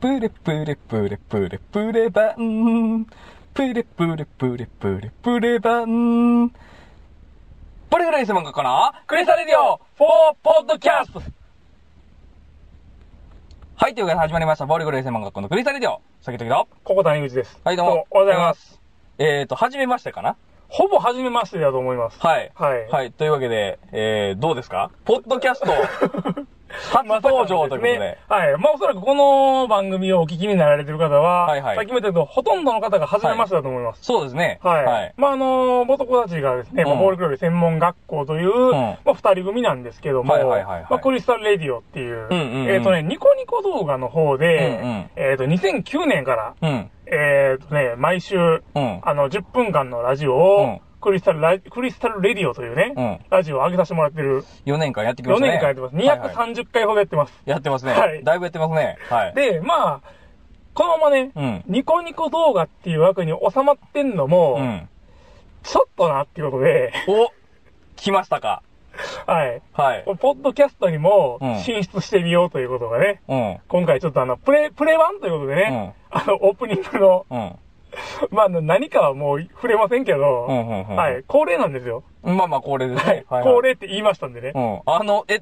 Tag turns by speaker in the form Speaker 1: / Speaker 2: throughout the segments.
Speaker 1: プレプレプレプレプレバン。プレプレプレプレプレバン。ポリグレイスマンがかなクリスタレディオ !4 ポッドキャストはい、というわけで始まりました。ボーリグレイ専門学校のクリスタレディオ。先ときと。
Speaker 2: ここ谷口です。
Speaker 1: はい、どうも。
Speaker 2: おはようございます。。
Speaker 1: えーと、初めましてかな
Speaker 2: ほぼ初めましてだと思います。
Speaker 1: はい。
Speaker 2: はい
Speaker 1: はい。というわけで、えー、どうですかポッドキャスト、初登場 ということで。
Speaker 2: ねはい。まあおそらくこの番組をお聞きになられてる方は、
Speaker 1: はいはい
Speaker 2: さっきも言ったけど、ほとんどの方が初めましてだと思います。
Speaker 1: そうですね。
Speaker 2: はい。まああのー、元子たちがですね、まあ
Speaker 1: うん
Speaker 2: ボールクラブ専門学校という、
Speaker 1: ん
Speaker 2: まあ二人組なんですけども、
Speaker 1: はいはいはいはい
Speaker 2: まあクリスタルレディオっていう、
Speaker 1: うんうんうん
Speaker 2: えっ、とね、ニコニコ動画の方で、
Speaker 1: うんうん
Speaker 2: えっ、と、2009年から、
Speaker 1: うん。
Speaker 2: えっ、とね、毎週、
Speaker 1: うん。
Speaker 2: あの、10分間のラジオ
Speaker 1: う
Speaker 2: を
Speaker 1: ん、
Speaker 2: クリスタルラ、クリスタルレディオというね、
Speaker 1: うん
Speaker 2: ラジオを上げさせてもらってる、
Speaker 1: 4年間やってきま
Speaker 2: 4
Speaker 1: したね。
Speaker 2: 年間やってます。
Speaker 1: はいはい
Speaker 2: 230回ほどやってます。
Speaker 1: やってますね。
Speaker 2: はい
Speaker 1: だいぶやってますね。はい。、
Speaker 2: で、まあ、このままね、
Speaker 1: うん
Speaker 2: ニコニコ動画っていう枠に収まってんのも、
Speaker 1: うん。
Speaker 2: ちょっとなっていうこと で、
Speaker 1: お来ましたか。
Speaker 2: はい。
Speaker 1: はい。
Speaker 2: ポッドキャストにも
Speaker 1: うん
Speaker 2: 進出してみようということがね、
Speaker 1: うん。
Speaker 2: 今回ちょっとあの、プレ、プレ版ということでね、あの、オープニングの、
Speaker 1: うん。
Speaker 2: まあ、あの何かはもう触れませんけど、
Speaker 1: うんうんうん
Speaker 2: はい、恒例なんですよ。
Speaker 1: まあまあ、これですね。はいはい
Speaker 2: 恒例って言いましたんでね。
Speaker 1: うん。あの、え、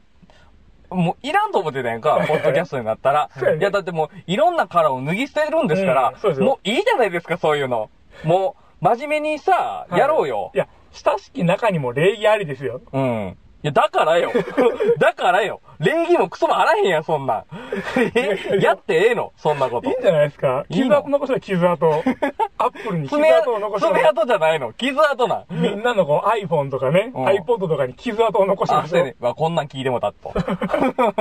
Speaker 1: もういらんと思ってたやんか、ポッドキャストになったら
Speaker 2: そうや。ね
Speaker 1: いや、だってもういろんなカラーを脱ぎ捨てるんですから
Speaker 2: うんそうで、すよ
Speaker 1: もういいじゃないですか、そういうの。もう、真面目にさ、
Speaker 2: はい
Speaker 1: やろうよ
Speaker 2: い。や、親しき中にも礼儀ありですよ。
Speaker 1: うん。いや、だからよ。 だからよ。礼儀もクソもあらへんやん、そん なん。えやってええの、そんなこと
Speaker 2: いい。んじゃないですか
Speaker 1: いいの
Speaker 2: 傷跡残したら傷 跡。アップルに 傷
Speaker 1: 爪
Speaker 2: 跡
Speaker 1: 痕
Speaker 2: を残し
Speaker 1: 爪
Speaker 2: た
Speaker 1: 痕じゃないの。傷痕なん。
Speaker 2: みんなのこう iPhone とかね、
Speaker 1: うん
Speaker 2: iPod とかに傷跡を残し
Speaker 1: あ、
Speaker 2: ま
Speaker 1: そ
Speaker 2: し
Speaker 1: う
Speaker 2: ょ
Speaker 1: や
Speaker 2: う。
Speaker 1: ね。わ、こんなん聞いてもたっ と。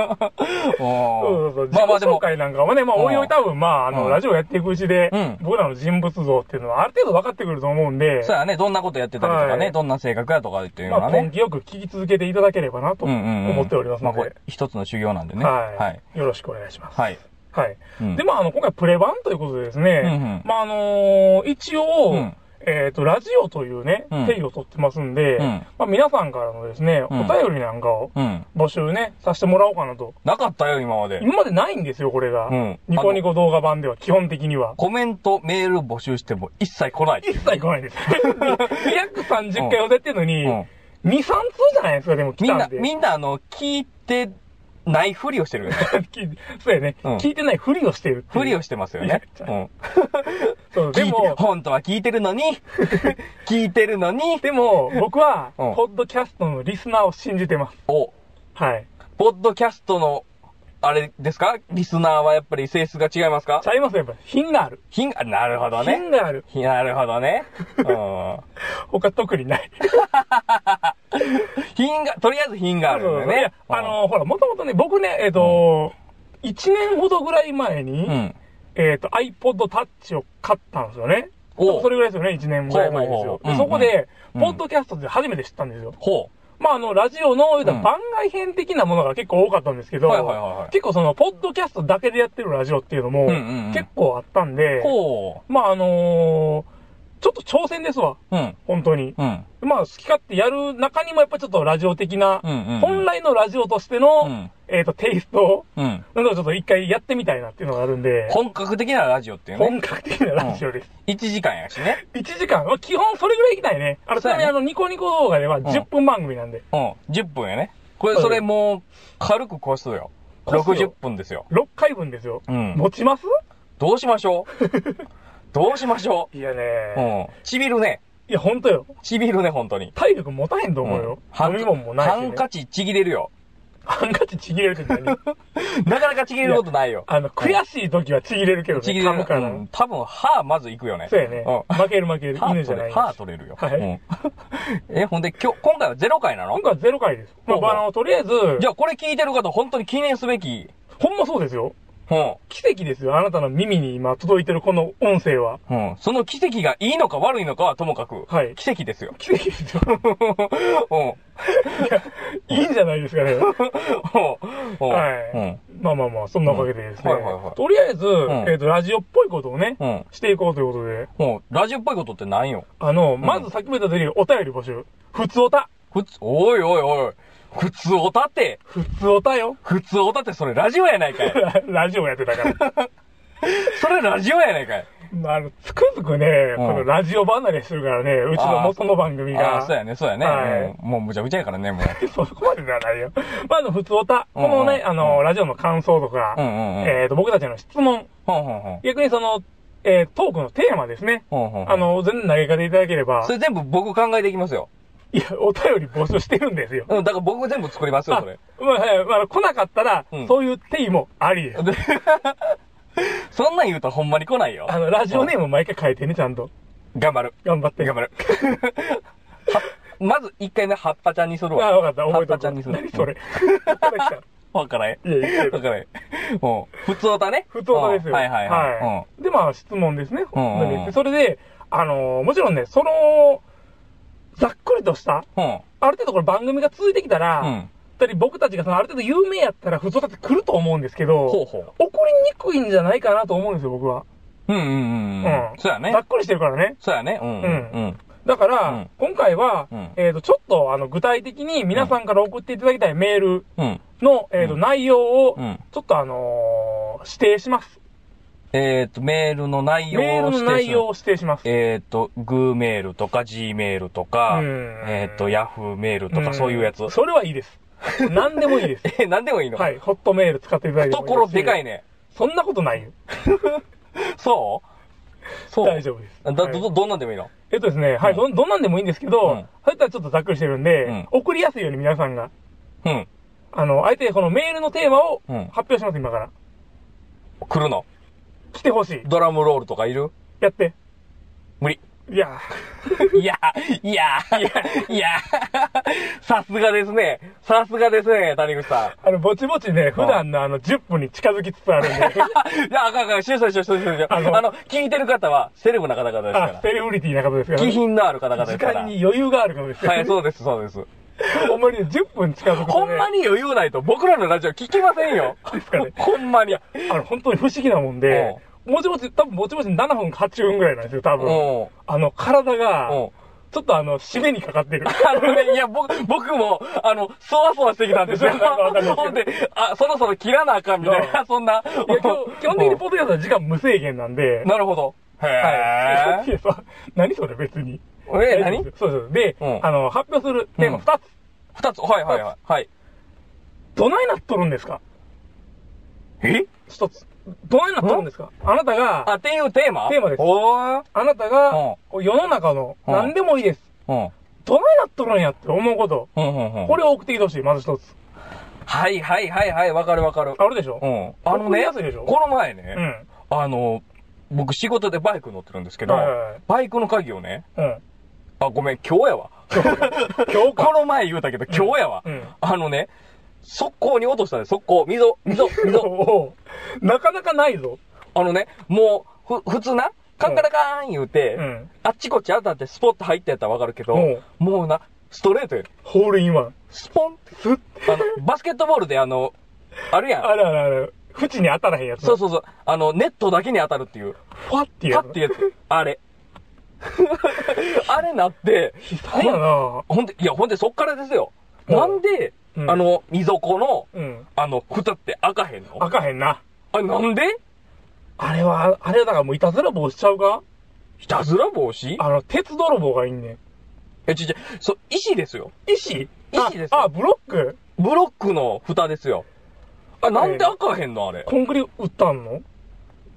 Speaker 1: そ
Speaker 2: そうそうそう。自己紹介なんかもね、まあ、
Speaker 1: うん
Speaker 2: おいおい多分、まあ、あ
Speaker 1: う
Speaker 2: の、
Speaker 1: ん
Speaker 2: ラジオやっていくうちで
Speaker 1: うん、
Speaker 2: 僕らの人物像っていうのはある程度分かってくると思うんで、
Speaker 1: そうやね、どんなことやってたりとかね、
Speaker 2: はい
Speaker 1: どんな性格やとかっていうの
Speaker 2: ま
Speaker 1: は
Speaker 2: あ、根
Speaker 1: ね。
Speaker 2: 気よく聞き続けていただければなと
Speaker 1: うんうんうん
Speaker 2: 思っておりますの
Speaker 1: まあ、これ
Speaker 2: で、
Speaker 1: 一つの修行なんでね。は。
Speaker 2: はいい。よろしくお願いします。
Speaker 1: はい。
Speaker 2: はい。
Speaker 1: うん
Speaker 2: で、まあ、あの、今回プレ版ということでですね、
Speaker 1: うんうん
Speaker 2: まあ、あのー一応、
Speaker 1: うん
Speaker 2: えっ、と、ラジオというね、
Speaker 1: うん
Speaker 2: 定義を取ってますんで、
Speaker 1: うん
Speaker 2: まあ、皆さんからのですね、
Speaker 1: うん
Speaker 2: お便りなんかを
Speaker 1: うん。
Speaker 2: 募集ね、させてもらおうかなと。
Speaker 1: なかったよ、今まで。
Speaker 2: 今までないんですよ、これが。
Speaker 1: うん
Speaker 2: ニコニコ動画版では、基本的には。
Speaker 1: コメント、メール募集しても一切来ない。
Speaker 2: 一切来 ないです。230回ほどやってるのに、
Speaker 1: うん
Speaker 2: 2、3通じゃないですか、でも来
Speaker 1: みん
Speaker 2: た
Speaker 1: な、
Speaker 2: んで。
Speaker 1: みんな、あの、聞いてないふりをして るよね。
Speaker 2: 聞いそうやね、
Speaker 1: うん
Speaker 2: 聞いてないふりをしてるっていう。
Speaker 1: ふりをしてますよ
Speaker 2: いや
Speaker 1: ね。うん。
Speaker 2: そう、
Speaker 1: 聞
Speaker 2: で
Speaker 1: いて
Speaker 2: も、
Speaker 1: 本当は聞いてる のに、聞いてるのに、
Speaker 2: でも、僕は、
Speaker 1: うん
Speaker 2: ポッドキャストのリスナーを信じてます。
Speaker 1: お、
Speaker 2: はい。
Speaker 1: ポッドキャストの、あれですかリスナーはやっぱり性質が違いますか
Speaker 2: ちゃいますよ、やっぱ。品がある。
Speaker 1: 品が、なるほどね
Speaker 2: 品。がある。
Speaker 1: ひなるほどね。うん。
Speaker 2: 他特にない。
Speaker 1: 品が、とりあえず品があるんだよ
Speaker 2: い
Speaker 1: ね
Speaker 2: や。あの、ほら、もともとね、僕ね、えっ、と、1年ほどぐらい前に、
Speaker 1: うん、うん。
Speaker 2: えっ、と、iPod Touch を買ったんですよね。
Speaker 1: おう
Speaker 2: それぐらいですよね、1年ぐらい前です
Speaker 1: ほうほう
Speaker 2: よ。
Speaker 1: ほう
Speaker 2: でそこで、
Speaker 1: うん
Speaker 2: ポッドキャストで初めて知ったんですよ。
Speaker 1: ほ
Speaker 2: まあ、あの、ラジオの、言うた
Speaker 1: うん
Speaker 2: ら番外編的なものが結構多かったんですけど、
Speaker 1: はいはいはいはい
Speaker 2: 結構その、ポッドキャストだけでやってるラジオっていうのも
Speaker 1: うんうんうん、
Speaker 2: 結構あったんで、
Speaker 1: う。ほ
Speaker 2: まあ、あのーちょっと挑戦ですわ、
Speaker 1: う。うん。
Speaker 2: 本当に。
Speaker 1: うん。
Speaker 2: まあ、好き勝手やる中にもやっぱちょっとラジオ的な、
Speaker 1: うんうんうん
Speaker 2: 本来のラジオとして
Speaker 1: う
Speaker 2: の、
Speaker 1: ん
Speaker 2: えっ、と、テイストを、
Speaker 1: うん。
Speaker 2: なんかちょっと一回やってみたいなっていうのがあるんで、
Speaker 1: 本格的なラジオっていうね。
Speaker 2: 本格的なラジオです。
Speaker 1: 1時間やしね。
Speaker 2: 1時間、まあ基本それぐらい行きたいね。あの、ち
Speaker 1: そう
Speaker 2: な
Speaker 1: やね
Speaker 2: みにあの、ニコニコ動画では10分番組なんで、
Speaker 1: うん。10分やね。これ、
Speaker 2: そう
Speaker 1: そ
Speaker 2: よ
Speaker 1: れもう、軽く越すよ。
Speaker 2: 越す
Speaker 1: 60
Speaker 2: よ
Speaker 1: 分ですよ。
Speaker 2: 6回分ですよ。
Speaker 1: うん
Speaker 2: 持ちます
Speaker 1: どうしましょう どうしましょ
Speaker 2: いやね、
Speaker 1: ううん。ちびるね。
Speaker 2: いや、ほんとよ。
Speaker 1: ちびるね、本当に。
Speaker 2: 体力持たへんと思うよ。
Speaker 1: うん
Speaker 2: 飲み物もないし、ね。
Speaker 1: ハンカチちぎれる よ。
Speaker 2: ハンカチちぎれるって 何
Speaker 1: なかなかちぎれることないよ。
Speaker 2: あの、悔しい時はちぎれるけどね。
Speaker 1: ちぎれる
Speaker 2: 噛むか。
Speaker 1: からら。うん多分、歯まずいくよね。
Speaker 2: そうやね、
Speaker 1: うん。
Speaker 2: 負ける負ける。
Speaker 1: 歯
Speaker 2: 犬
Speaker 1: 取
Speaker 2: じゃな
Speaker 1: れ
Speaker 2: い。
Speaker 1: 歯取れるよ。
Speaker 2: はい
Speaker 1: うんえ、ほんで、今日、今回はゼロ回なの
Speaker 2: 今回はゼロ回です。ま
Speaker 1: ほうほう
Speaker 2: あ、あの、とりあえず、
Speaker 1: じゃあこれ聞いてる方、本当に記念すべき。
Speaker 2: ほんまそうですよ。
Speaker 1: うん。
Speaker 2: 奇跡ですよ。あなたの耳に今届いてるこの音声は。
Speaker 1: うん。その奇跡がいいのか悪いのかはともかく、
Speaker 2: はい。
Speaker 1: 奇跡ですよ
Speaker 2: 奇跡ですよ。
Speaker 1: うん。
Speaker 2: いいんじゃないですかね。
Speaker 1: はい。うん。
Speaker 2: まあまあまあ、そんなおかげでですね。
Speaker 1: うんはいはいはい
Speaker 2: とりあえず、
Speaker 1: ん
Speaker 2: えっ、と、ラジオっぽいことをね、
Speaker 1: うん
Speaker 2: していこうということで。
Speaker 1: うん。ラジオっぽいことって何よ
Speaker 2: あの、まずさっきも言った通り、お便り募集。普通おた。
Speaker 1: ふつ、おいおいおい。普通おたって、
Speaker 2: 普通おたよ。
Speaker 1: 普通おたってそれラジオやないかい。
Speaker 2: ラジオやってたから。
Speaker 1: それラジオやないかい。
Speaker 2: まあ、あの、つくづくね、このラジオ離れするからね、うちの元の番組
Speaker 1: あ
Speaker 2: が。
Speaker 1: あ、そうやね、そうやね。
Speaker 2: はい
Speaker 1: うんもうむちゃくちゃやからね、もう。
Speaker 2: そこ までではないよ。まあ、あの、普通おた、このね、
Speaker 1: うん
Speaker 2: あの、ラジオの感想とか、
Speaker 1: うんうんうん
Speaker 2: えっ、と、僕たちの質問、
Speaker 1: ほんほんほん。
Speaker 2: 逆にその、えートークのテーマですね。
Speaker 1: ほんほんほん
Speaker 2: あ、の、全然投げかけていただければ
Speaker 1: そ、れ全部僕考えていきますよ。
Speaker 2: いや、お便り募集してるんですよ。
Speaker 1: うん、だから僕全部作りますよ、
Speaker 2: あ
Speaker 1: それ。
Speaker 2: まあ、はい、まあ、来なかったら、
Speaker 1: うん
Speaker 2: そういう定義もありです。
Speaker 1: でそんなん言うとほんまに来ないよ。
Speaker 2: あの、ラジオネーム毎回変えてね、ちゃんと。
Speaker 1: 頑張る。
Speaker 2: 頑張って。
Speaker 1: 頑張る。はまず一回目、はっぱちゃんにする
Speaker 2: あ
Speaker 1: わ。
Speaker 2: あ、わかった。覚え
Speaker 1: はっぱちゃんに
Speaker 2: て
Speaker 1: す
Speaker 2: お
Speaker 1: る。
Speaker 2: く。何それ。
Speaker 1: わからへん。
Speaker 2: いやいやいや
Speaker 1: わからへん。うん。普通歌ね。
Speaker 2: 普通のですよ。
Speaker 1: うんはいはいは
Speaker 2: で、まあ、質問ですね。
Speaker 1: うんうんうん
Speaker 2: でそれで、あのーもちろんね、その、ざっくりとした、
Speaker 1: い。うん。
Speaker 2: ある程度これ番組が続いてきたら、
Speaker 1: うん。
Speaker 2: やっぱり僕たちがそのある程度有名やったら普通だって来ると思うんですけど、
Speaker 1: ほうほう。
Speaker 2: 怒りにくいんじゃないかなと思うんですよ、僕は。
Speaker 1: うんうんうんうん。そうやね
Speaker 2: ざ。っくりしてるからね。
Speaker 1: そうやね。うんうんうん。
Speaker 2: だから、
Speaker 1: うん
Speaker 2: 今回は、
Speaker 1: うん
Speaker 2: えっ、と、ちょっと、あの、具体的に皆さんから送っていただきたいメール
Speaker 1: うん。
Speaker 2: の、えっ、と、
Speaker 1: うん
Speaker 2: 内容を
Speaker 1: う、ん。
Speaker 2: ちょっとあのー指定します。
Speaker 1: えっと、メールの内容を
Speaker 2: メールの
Speaker 1: 指定す
Speaker 2: 内
Speaker 1: る
Speaker 2: 容を指定します。
Speaker 1: えっと、グーメールとか G メールとか、
Speaker 2: うん
Speaker 1: えっと、ヤフーメールと
Speaker 2: ん
Speaker 1: かそういうやつ。
Speaker 2: それはいいです。何でもいいです。
Speaker 1: え、なんでもいいの
Speaker 2: はい、ホットメール使っていただいてもいい
Speaker 1: 懐でかい
Speaker 2: いし。
Speaker 1: ね。
Speaker 2: そんなことないよ。
Speaker 1: そうそう。
Speaker 2: 大丈夫です。
Speaker 1: だ、
Speaker 2: はい
Speaker 1: ど、どんなんでもいいの
Speaker 2: えっとですね、はい、どん、どんなんでもいいんですけど、
Speaker 1: うん
Speaker 2: そういったらちょっとざっくりしてるんで、
Speaker 1: うん
Speaker 2: 送りやすいように皆さんが、
Speaker 1: うん。
Speaker 2: あの、あえてこのメールのテーマを
Speaker 1: うん
Speaker 2: 発表します、今から。
Speaker 1: 来るの。
Speaker 2: 来てほしい。
Speaker 1: ドラムロールとかいる
Speaker 2: やって。
Speaker 1: 無理。
Speaker 2: いや
Speaker 1: いや、いや、いや、さすがですね。さすがですね、谷口さん。
Speaker 2: ー、あの、ぼちぼちね、普段のあの、10分に近づきつつあるん で、
Speaker 1: いや、あかんあかん、しゅうしゅうしゅうしゅうしゅう。
Speaker 2: あの
Speaker 1: あの、聞いてる方は、セレブな方々です
Speaker 2: あ、
Speaker 1: か。
Speaker 2: セレブリティな方ですからら、
Speaker 1: 気品のある方々で
Speaker 2: 時
Speaker 1: すから。
Speaker 2: 間に余裕がある方ですから、
Speaker 1: はい、そうです、そうです。
Speaker 2: ほんまに10分近づく
Speaker 1: ほ
Speaker 2: と、ね。
Speaker 1: んまに余裕ないと僕らのラジオ聞きませんよ。
Speaker 2: ですかね
Speaker 1: ほんまに。
Speaker 2: あの、本当に不思議なもんで、もちもち、多分もちもち7分か8分ぐらいなんですよ、多
Speaker 1: うん。
Speaker 2: 分。あの、体が、
Speaker 1: うん。
Speaker 2: ちょっとあの、締めにか かってる。
Speaker 1: あのね、いや、僕、僕も、あの、そわそわしてきたんですよ。
Speaker 2: なんかわかんない
Speaker 1: ほんで、あ、そろそろ切らなあかんみたいな、そんな。
Speaker 2: いや、今日、基本的にポッドキャストは時間無制限なんで。
Speaker 1: なるほど。へ
Speaker 2: はい
Speaker 1: え。
Speaker 2: いやそう何それ別に。
Speaker 1: え、何
Speaker 2: そうそう。で、
Speaker 1: うん
Speaker 2: あの、発表するテーマ
Speaker 1: うん
Speaker 2: 2つ。
Speaker 1: 二つ。はいはいはい。はい。
Speaker 2: どないなっとるんですか
Speaker 1: え
Speaker 2: 一つ。どないなっとるんですかあなた
Speaker 1: あ、
Speaker 2: が、
Speaker 1: っていうテーマ
Speaker 2: テーマです
Speaker 1: おー。
Speaker 2: あなた
Speaker 1: うん
Speaker 2: が、世の中の
Speaker 1: うん
Speaker 2: 何でもいいです。
Speaker 1: うん。
Speaker 2: どないなっとるんやって思うこと。
Speaker 1: うんうんうん。
Speaker 2: これを送ってきてほしい、まず一つ。
Speaker 1: はいはいはいはい、わかるわかる。
Speaker 2: あるでしょ
Speaker 1: うん。あの
Speaker 2: 送り
Speaker 1: ね、
Speaker 2: やすいでしょ
Speaker 1: この前ね、
Speaker 2: うん。
Speaker 1: あの、僕仕事でバイク乗ってるんですけど、
Speaker 2: はいはいはい
Speaker 1: バイクの鍵をね、
Speaker 2: うん。
Speaker 1: あ、ごめん、今日やわ。
Speaker 2: 今日か
Speaker 1: こ。の前言うたけど、今日やわ。
Speaker 2: うん
Speaker 1: あのね、速攻に落としたね、速攻、溝、溝、 溝。
Speaker 2: おうなかなかないぞ。
Speaker 1: あのね、もう、ふ、普通な、カンカラカーン言うて、
Speaker 2: うん
Speaker 1: あっちこっち当たってスポッと入ってやったらわかるけど、
Speaker 2: うん
Speaker 1: もうな、ストレートやね
Speaker 2: ホールインワン。
Speaker 1: スポンって。
Speaker 2: スッ。
Speaker 1: あの、バスケットボールであの、あるやん。
Speaker 2: あるあるある。縁に当たらへんやつ。
Speaker 1: そうそうそう。あの、ネットだけに当たるっていう。
Speaker 2: ファってや
Speaker 1: パ
Speaker 2: つ
Speaker 1: ッてやつ。あれ。 あれなって、
Speaker 2: そうだな
Speaker 1: ほんで、いや、ほんで、そっからですよ。
Speaker 2: うん
Speaker 1: なんで、
Speaker 2: うん
Speaker 1: あの、溝子の、
Speaker 2: うん。
Speaker 1: あの、蓋って開かへんの
Speaker 2: 開かへんな。
Speaker 1: あ、なんで
Speaker 2: あれは、あれはだからもういたずら棒しちゃうか
Speaker 1: いたずら防止
Speaker 2: あの、鉄泥棒がいんねん。
Speaker 1: え、ちょちょ、そう、石ですよ。
Speaker 2: 石
Speaker 1: 石ですよ
Speaker 2: あ、あブロック
Speaker 1: ブロックの蓋ですよ。あ、なんで開かへんのあれ。
Speaker 2: コンクリ打ったんの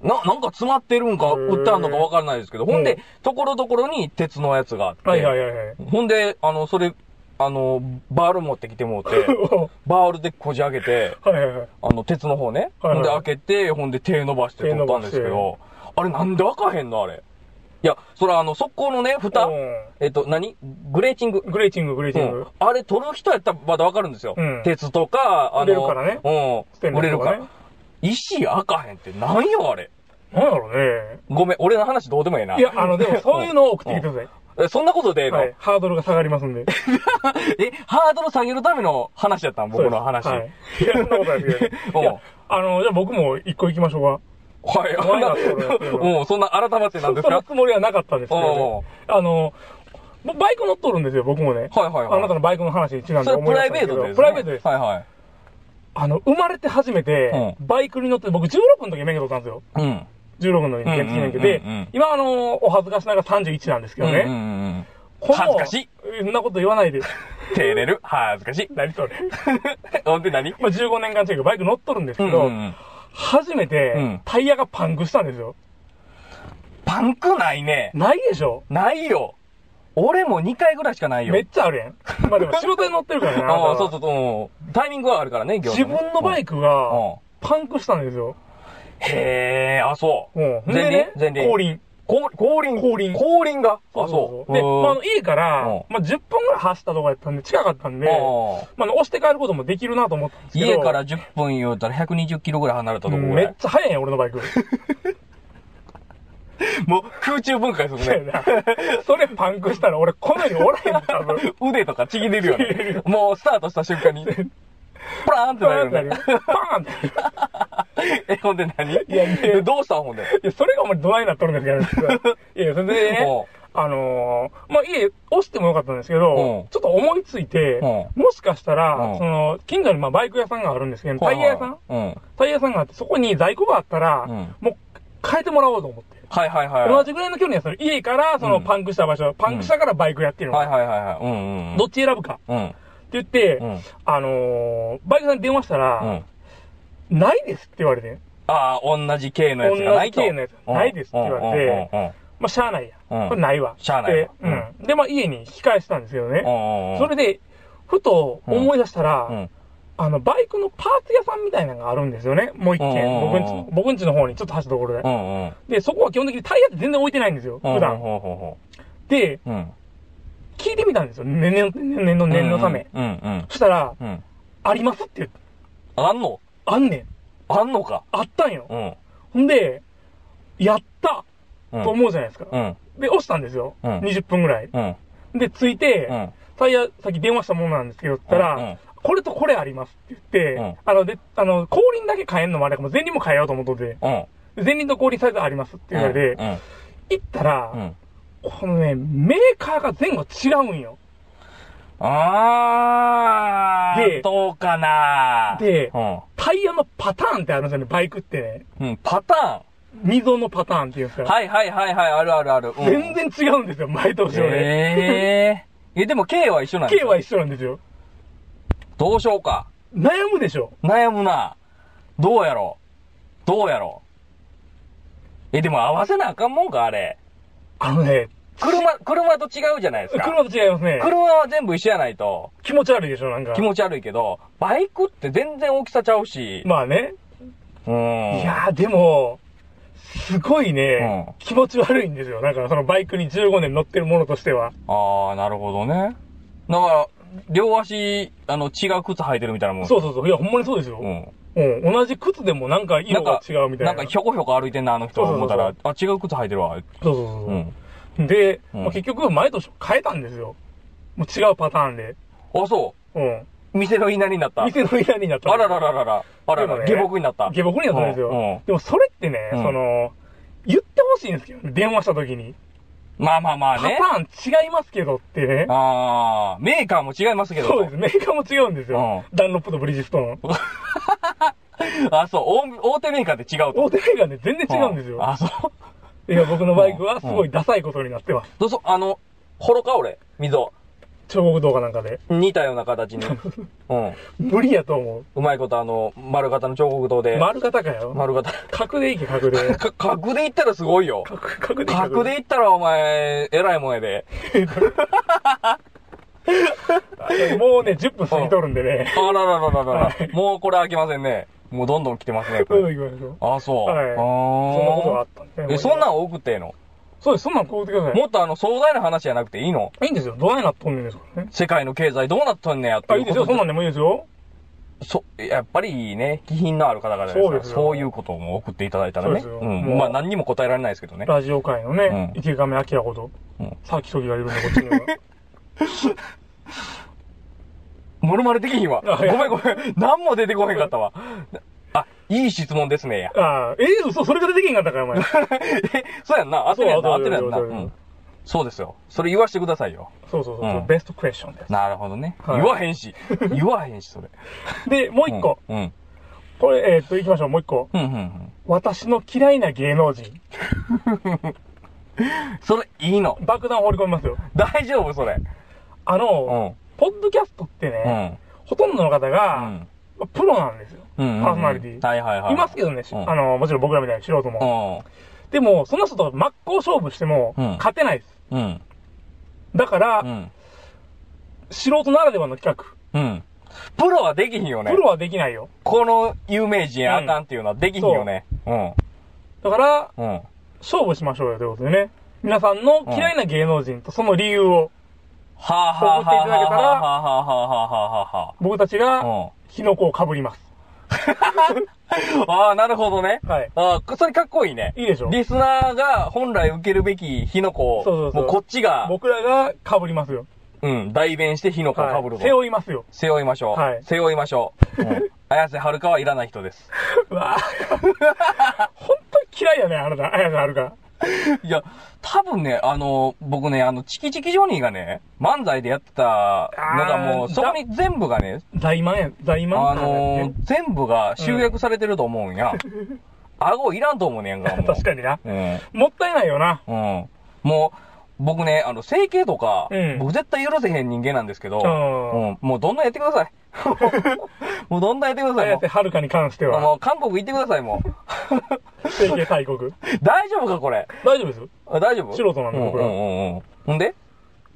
Speaker 1: な、なんか詰まってるんか、
Speaker 2: へー
Speaker 1: 売ったんのかわからないですけど、ほん
Speaker 2: う
Speaker 1: で
Speaker 2: ん、
Speaker 1: ところどころに鉄のやつがあって、
Speaker 2: はいはいはいはい。
Speaker 1: ほんで、あの、それ、あの、バール持ってきて もうて、バールでこじ開けて、
Speaker 2: はいはいはい。
Speaker 1: あの、鉄の方ね。
Speaker 2: はいはい
Speaker 1: ほんで開けて、ほんで手伸ばして取ったんですけ
Speaker 2: 手
Speaker 1: ど
Speaker 2: 伸、
Speaker 1: あれなんで開かへんのあれ。いや、それはあの、速攻のね、蓋
Speaker 2: う、
Speaker 1: えっと、何グレーチング。
Speaker 2: んグレーチング、グレーチン
Speaker 1: う
Speaker 2: グ
Speaker 1: ん。あれ取る人やったらまだわかるんですよ。
Speaker 2: うん
Speaker 1: 鉄とか、あの、
Speaker 2: 売れるからねス
Speaker 1: う
Speaker 2: テ
Speaker 1: ん。
Speaker 2: ン
Speaker 1: 売れ
Speaker 2: レス
Speaker 1: る
Speaker 2: と
Speaker 1: か。
Speaker 2: からね
Speaker 1: 石開かへんってなんよあれ。
Speaker 2: なんやろね。
Speaker 1: ごめん、俺の話どうでもええな。
Speaker 2: いや、あの、でもそういうのを送ってきてくださ
Speaker 1: えそんなことでええ
Speaker 2: い。
Speaker 1: の、
Speaker 2: はい。ハードルが下がりますんで。
Speaker 1: え、ハードル下げるための話やったん僕の話。
Speaker 2: そう
Speaker 1: は
Speaker 2: で
Speaker 1: い。
Speaker 2: すはいいや、そんなことないですけ ど
Speaker 1: おう
Speaker 2: いや、あの、じゃあ僕も一個行きましょうか。
Speaker 1: あんな
Speaker 2: お前らそ れ
Speaker 1: うん、そんな改まってなんです
Speaker 2: その
Speaker 1: か
Speaker 2: つもりはなかったんですけどね、あの、ぼバイク乗っとるんですよ、僕もね。
Speaker 1: はいはいはい
Speaker 2: あなたのバイクの話にちなん
Speaker 1: そ
Speaker 2: で
Speaker 1: れ
Speaker 2: 思
Speaker 1: プ
Speaker 2: い出
Speaker 1: ラ
Speaker 2: し
Speaker 1: イ
Speaker 2: た
Speaker 1: ベー
Speaker 2: んですけ
Speaker 1: ト
Speaker 2: ど
Speaker 1: です、ね。
Speaker 2: プライベートです。
Speaker 1: はいはい。
Speaker 2: あの、生まれて初めて、
Speaker 1: う
Speaker 2: バイクに乗って、僕16分の時免許取ったんですよ。
Speaker 1: うん。
Speaker 2: 16のに検知記念日で
Speaker 1: うんうんうんうん、
Speaker 2: 今あの、お恥ずかしながら31なんですけど
Speaker 1: うんうんう
Speaker 2: ね。
Speaker 1: ん
Speaker 2: この
Speaker 1: 恥ずかしい。
Speaker 2: そんなこと言わな いで。
Speaker 1: 照れる。恥ずかしい。
Speaker 2: 何それ。
Speaker 1: ほんで何
Speaker 2: まあ15年間近くバイク乗っとるんです
Speaker 1: う
Speaker 2: け
Speaker 1: んうんう、
Speaker 2: ど
Speaker 1: ん。
Speaker 2: 初め
Speaker 1: う
Speaker 2: て
Speaker 1: ん
Speaker 2: タイヤがパンクしたんですよ。
Speaker 1: パンクないね。
Speaker 2: ないでしょ
Speaker 1: ないよ。俺も2回ぐらいしかないよ。。
Speaker 2: めっちゃあるやん。まあでも仕事に乗ってるからね
Speaker 1: ああ、そう
Speaker 2: う。
Speaker 1: そうそう。タイミングはあるからね、
Speaker 2: 自分のバイ
Speaker 1: ク。
Speaker 2: クが
Speaker 1: うん
Speaker 2: パンクしたんですよ。
Speaker 1: へえ、あ、そう。
Speaker 2: うん。
Speaker 1: 前輪前
Speaker 2: でね、後
Speaker 1: 輪。
Speaker 2: 輪。
Speaker 1: 後輪。後輪。
Speaker 2: 後輪
Speaker 1: 後輪が。あ、そう。
Speaker 2: で、
Speaker 1: う
Speaker 2: ま
Speaker 1: ん
Speaker 2: ああの、家から
Speaker 1: うん、
Speaker 2: まあ10分ぐらい走ったとこやったんで、近かったんで、
Speaker 1: うん
Speaker 2: まああの、押して帰ることもできるなと思ったんですけど。
Speaker 1: 家から10分言うたら120キロぐらい離れたとこ
Speaker 2: うん
Speaker 1: ぐ
Speaker 2: め
Speaker 1: ら
Speaker 2: っ
Speaker 1: い。
Speaker 2: ちゃ速いやん、俺の バイク。
Speaker 1: もう空中分解す
Speaker 2: そうや
Speaker 1: るね。
Speaker 2: なそれパンクしたら俺この世におらへんの多 分。
Speaker 1: 腕とかちぎれるよ ね。もうスタートした瞬間に、プラーンって
Speaker 2: パ
Speaker 1: な
Speaker 2: ーンって
Speaker 1: るよ
Speaker 2: なるよ
Speaker 1: ね。
Speaker 2: パーンって。
Speaker 1: え、ほんで何
Speaker 2: やいや
Speaker 1: どうしたんほんで。
Speaker 2: いや、それがお前どないなっとるんで すけど。いや、それでね
Speaker 1: うん、
Speaker 2: あのー、まあ、家押してもよかったんですけ
Speaker 1: う
Speaker 2: ど
Speaker 1: ん、
Speaker 2: ちょっと思いついて、
Speaker 1: う
Speaker 2: もしかした
Speaker 1: う
Speaker 2: ら
Speaker 1: ん、
Speaker 2: その、近所にまあバイク屋さんがあるんですけど、タイヤ屋さん
Speaker 1: うん。はい
Speaker 2: タイヤ屋さんがあって、そこに在庫があったら、
Speaker 1: うん
Speaker 2: もう変えてもらおうと思って。
Speaker 1: はいはいはい。
Speaker 2: 同じぐらいの距離やその家から、その
Speaker 1: うん
Speaker 2: パンクした場所、パンクしたからバイクやってるの。
Speaker 1: はいはいはいはい。うんうんうん。
Speaker 2: どっち選ぶかって
Speaker 1: うん。
Speaker 2: 言って、
Speaker 1: うん。
Speaker 2: あのー、バイクさんに電話した
Speaker 1: う
Speaker 2: ら、
Speaker 1: ん。
Speaker 2: ないですって言われて、
Speaker 1: ああ、同じ系のやつがないと。
Speaker 2: 同じ系のやつないですって言われ
Speaker 1: て。
Speaker 2: まあ、しゃあないや。
Speaker 1: うん
Speaker 2: これないわ。
Speaker 1: しゃあないわ
Speaker 2: でうん。で、まあ、家に引き返したんですよね
Speaker 1: う。んうんうん。
Speaker 2: それで、ふと思い出したら、
Speaker 1: うん、
Speaker 2: あの、バイクのパーツ屋さんみたいなのがあるんですよね。もう一
Speaker 1: うん
Speaker 2: 軒。
Speaker 1: うん
Speaker 2: 僕ん
Speaker 1: うん
Speaker 2: ち、僕んちの方にちょっと走るところで
Speaker 1: う。んうん。
Speaker 2: で、そこは基本的にタイヤって全然置いてないんですよ。
Speaker 1: うん。
Speaker 2: 普段。
Speaker 1: ほうほうほ
Speaker 2: で、
Speaker 1: う。うん。
Speaker 2: 聞いてみたんですよ。念の、念の、念のため。
Speaker 1: うんうん。
Speaker 2: そしたら、
Speaker 1: うん。うん
Speaker 2: ありますって言って、
Speaker 1: あんの
Speaker 2: あんねん。
Speaker 1: あんのか。
Speaker 2: あったんよ
Speaker 1: う。ん。
Speaker 2: ほんで、やった
Speaker 1: うん。
Speaker 2: と思うじゃないですか。
Speaker 1: うん。
Speaker 2: で、押したんですよ。
Speaker 1: うん
Speaker 2: 20分ぐらい。
Speaker 1: うん。
Speaker 2: で、着いて、
Speaker 1: うん。
Speaker 2: タイヤ、さっき電話したものなんですけど、言ったら、
Speaker 1: うんうん
Speaker 2: これとこれありますって言って、
Speaker 1: うん
Speaker 2: あの、で、あの、後輪だけ変えんのもあれかも、前輪も変えようと思っとって、
Speaker 1: うん。
Speaker 2: 前輪と後輪サイズありますって言われ
Speaker 1: う
Speaker 2: て、
Speaker 1: ん。
Speaker 2: 行ったら、
Speaker 1: うん。
Speaker 2: このね、メーカーが前後違うんよ。
Speaker 1: あー。
Speaker 2: で
Speaker 1: どうかな
Speaker 2: で
Speaker 1: う
Speaker 2: タイヤのパターンってあるんですよね、バイクってね。
Speaker 1: ん。うん。パタ
Speaker 2: 溝のパターンっていうんですか
Speaker 1: ーン。はいはいはいはい。あるあるある。うん
Speaker 2: 全然違うんですよ、前と後ろで。
Speaker 1: ええー。え、でも K は一緒なんです
Speaker 2: K は一緒なんですよ。
Speaker 1: どうしようか。
Speaker 2: 悩むでしょ。
Speaker 1: 悩むな。どうやろう。どうやろう。え、でも合わせなあかんもんか、あれ。
Speaker 2: あのね、
Speaker 1: 車、車と違うじゃないですか。
Speaker 2: 車と違いますね。
Speaker 1: 車は全部一緒やないと
Speaker 2: 気持ち悪いでしょ、なんか
Speaker 1: 気。持ち悪いけど、バイクって全然大きさちゃうし。
Speaker 2: まあね。
Speaker 1: うん。
Speaker 2: いやー、でも、すごいね、
Speaker 1: うん
Speaker 2: 気持ち悪いんですよ。なんか、そのバイクに15年乗ってるものとしては。
Speaker 1: ああ、なるほどね。だから、両足、あの、違う靴履いてるみたいなもん。
Speaker 2: そうそうそう。いや、ほんまにそうですよ。
Speaker 1: う
Speaker 2: うん。
Speaker 1: ん。
Speaker 2: 同じ靴でもなんか
Speaker 1: な
Speaker 2: 色
Speaker 1: んか、
Speaker 2: が違うみたいな。
Speaker 1: なんか、ひょこひょこ歩いてんな、あの人思ったら、
Speaker 2: そう
Speaker 1: あ、違う靴履いてるわ。
Speaker 2: そうそうそう
Speaker 1: う
Speaker 2: そう、
Speaker 1: ん。
Speaker 2: で、
Speaker 1: うん
Speaker 2: まあ、結局、前と変えたんですよ。もう違うパターンで。
Speaker 1: あ、そう
Speaker 2: うん。。
Speaker 1: 店の稲荷になった。
Speaker 2: 店の嫌になった。
Speaker 1: あららららら、あら
Speaker 2: でも
Speaker 1: ら、
Speaker 2: ね
Speaker 1: 下僕になった。
Speaker 2: 下僕になったんですよ。
Speaker 1: うんうん
Speaker 2: でも、それってね、
Speaker 1: うん
Speaker 2: その、言ってほしいんですけどね、電話した時に。
Speaker 1: まあまあまあ
Speaker 2: パ
Speaker 1: ね。
Speaker 2: ターン違いますけどってね。
Speaker 1: ああ、メーカーも違いますけど。
Speaker 2: そうです。メーカーも違うんですよ。ダンロップとブリヂストン。
Speaker 1: あ、そう、大大手メーカーって違うと。
Speaker 2: 大手メーカーね、全然違うんですよ。
Speaker 1: あ、そう。
Speaker 2: いや、僕のバイクはすごいダサいことになってます。
Speaker 1: どうぞ、あの、ほろか俺、溝。
Speaker 2: 彫刻動画なんかで。
Speaker 1: 似たような形 に。うん。
Speaker 2: 無理やと思う。
Speaker 1: うまいことあの、丸型の彫刻刀で。
Speaker 2: 丸型かよ。
Speaker 1: 丸型。
Speaker 2: 角でいけ、角で。
Speaker 1: か、角でいったらすごいよ。
Speaker 2: 角角でいけ
Speaker 1: 角でいったらお前、偉いもんやで。
Speaker 2: もうね、10分過ぎとるんでね。
Speaker 1: あららららら
Speaker 2: は
Speaker 1: ら。もうこれ飽きませんね。もうどんどん来てますね、こ
Speaker 2: どうぞ
Speaker 1: れ。
Speaker 2: 行きましょう。
Speaker 1: あ、そう。
Speaker 2: はい
Speaker 1: あー
Speaker 2: そんなことがあったんでね。
Speaker 1: え、そんなんん多くてええの
Speaker 2: そうです、そんなん買うてください。
Speaker 1: もっとあの、壮大な話じゃなくていいの
Speaker 2: いいんですよ。どないなっとんねんですからね。
Speaker 1: 世界の経済どうなっとんねやって
Speaker 2: あ、い
Speaker 1: い
Speaker 2: いうで
Speaker 1: こ
Speaker 2: すよ。
Speaker 1: と
Speaker 2: そんなんでもいいですよ。
Speaker 1: そ、やっぱりね、気品のある方々です
Speaker 2: そう
Speaker 1: か
Speaker 2: で
Speaker 1: ら、
Speaker 2: すよ
Speaker 1: そういうことも送っていただいたらね。
Speaker 2: そうですよ
Speaker 1: うん
Speaker 2: もう
Speaker 1: まあ何にも答えられないですけどね。
Speaker 2: ラジオ界のね、
Speaker 1: うん
Speaker 2: 池上彰ほど
Speaker 1: うん、
Speaker 2: さっき時がいるんで、こっち には。
Speaker 1: モノマネ的には。ご
Speaker 2: あいや
Speaker 1: めんごめん。何も出てこへんかったわ。あ、いい質問ですね。や
Speaker 2: ああ、えー、嘘、それが出てけんかっ たから、お前。
Speaker 1: え そうやんな。合ってるやんな。
Speaker 2: そ
Speaker 1: 合
Speaker 2: う
Speaker 1: ってるやんな。
Speaker 2: そうそう
Speaker 1: う。
Speaker 2: そうん
Speaker 1: そうですよ。それ言わしてくださいよ。
Speaker 2: そうそうそう、
Speaker 1: うん
Speaker 2: ベストクエスチョンで
Speaker 1: なるほどね。
Speaker 2: はい
Speaker 1: 言わへんし。言わへんし、それ。
Speaker 2: す。で、もう一個、
Speaker 1: うん。うん。
Speaker 2: これ、えっと、行きましょう、もう一個。
Speaker 1: うんうんうん。
Speaker 2: 私の嫌いな芸能人。
Speaker 1: それ、いいの。
Speaker 2: 爆弾放り込みますよ。
Speaker 1: 大丈夫それ。
Speaker 2: あ
Speaker 1: う
Speaker 2: の、
Speaker 1: ん。
Speaker 2: ポッドキャストって
Speaker 1: うん。
Speaker 2: ね、ほとんどの方
Speaker 1: う
Speaker 2: が、
Speaker 1: ん。
Speaker 2: まあプロなんですよ。
Speaker 1: パ
Speaker 2: パーソナリティ
Speaker 1: はいはいはい。
Speaker 2: いますけどね、し
Speaker 1: うん
Speaker 2: あの、もちろん僕らみたいに素人も。でも、その人と真っ向勝負しても
Speaker 1: うん、
Speaker 2: 勝てないです。
Speaker 1: うん。うん。
Speaker 2: だから、
Speaker 1: うん。
Speaker 2: 素人ならではの企
Speaker 1: うん。プロはできひんよ
Speaker 2: 画。
Speaker 1: ね。
Speaker 2: プロはできないよ。
Speaker 1: この有名人あかんっていうのはできひんよね。う
Speaker 2: だから、
Speaker 1: ん。うん。
Speaker 2: 勝負しましょうよということでね。皆さんの嫌いな芸能人とその理由を、
Speaker 1: はあ、はあはあはあはあはあはあはあはあは
Speaker 2: 僕たちが、
Speaker 1: あ。
Speaker 2: キノコを被ります。
Speaker 1: うん。ああ、なるほどね。
Speaker 2: はい。
Speaker 1: ああ、それかっこいいね。
Speaker 2: いいでしょ
Speaker 1: リスナーが本来受けるべき火の粉を、
Speaker 2: そうそうそう
Speaker 1: もうこっちが、
Speaker 2: 僕らが被りますよ。
Speaker 1: うん、代弁して火の粉を
Speaker 2: は
Speaker 1: か
Speaker 2: い
Speaker 1: ぶるぞ、
Speaker 2: 背負いますよ。
Speaker 1: 背負いましょう。
Speaker 2: はい
Speaker 1: 背負いましょう。うん、綾瀬はるかはいらない人 です。
Speaker 2: うわぁ。本当に嫌いやね、あなた。あやがあるか。
Speaker 1: いや、多分ね、あの、僕ね、あの、チキチキジョニーがね、漫才でやってたのがもう、
Speaker 2: あー
Speaker 1: そこに全部がね、
Speaker 2: 大満や、大満
Speaker 1: あ
Speaker 2: なんだよ
Speaker 1: の
Speaker 2: ね
Speaker 1: ー全部が集約されてると思うんや。 顎いらんと思うねやんか、もう。
Speaker 2: 確かにな。
Speaker 1: うん。
Speaker 2: もったいないよな。
Speaker 1: うん。もう、僕ね、あの、整形とか、
Speaker 2: うん
Speaker 1: 僕絶対許せへん人間なんですけど、
Speaker 2: うん
Speaker 1: うんもうどんどんやってください。 もうどんどんやってください。
Speaker 2: 綾
Speaker 1: も
Speaker 2: 瀬はるかに関して
Speaker 1: う
Speaker 2: は、
Speaker 1: もう韓国行ってください、もう。
Speaker 2: 整形大国。
Speaker 1: 大丈夫か、これ。
Speaker 2: 大丈夫ですよ。
Speaker 1: あ大丈夫
Speaker 2: 素人なんで
Speaker 1: うん
Speaker 2: 僕
Speaker 1: う
Speaker 2: ら
Speaker 1: んうんうん。ほんで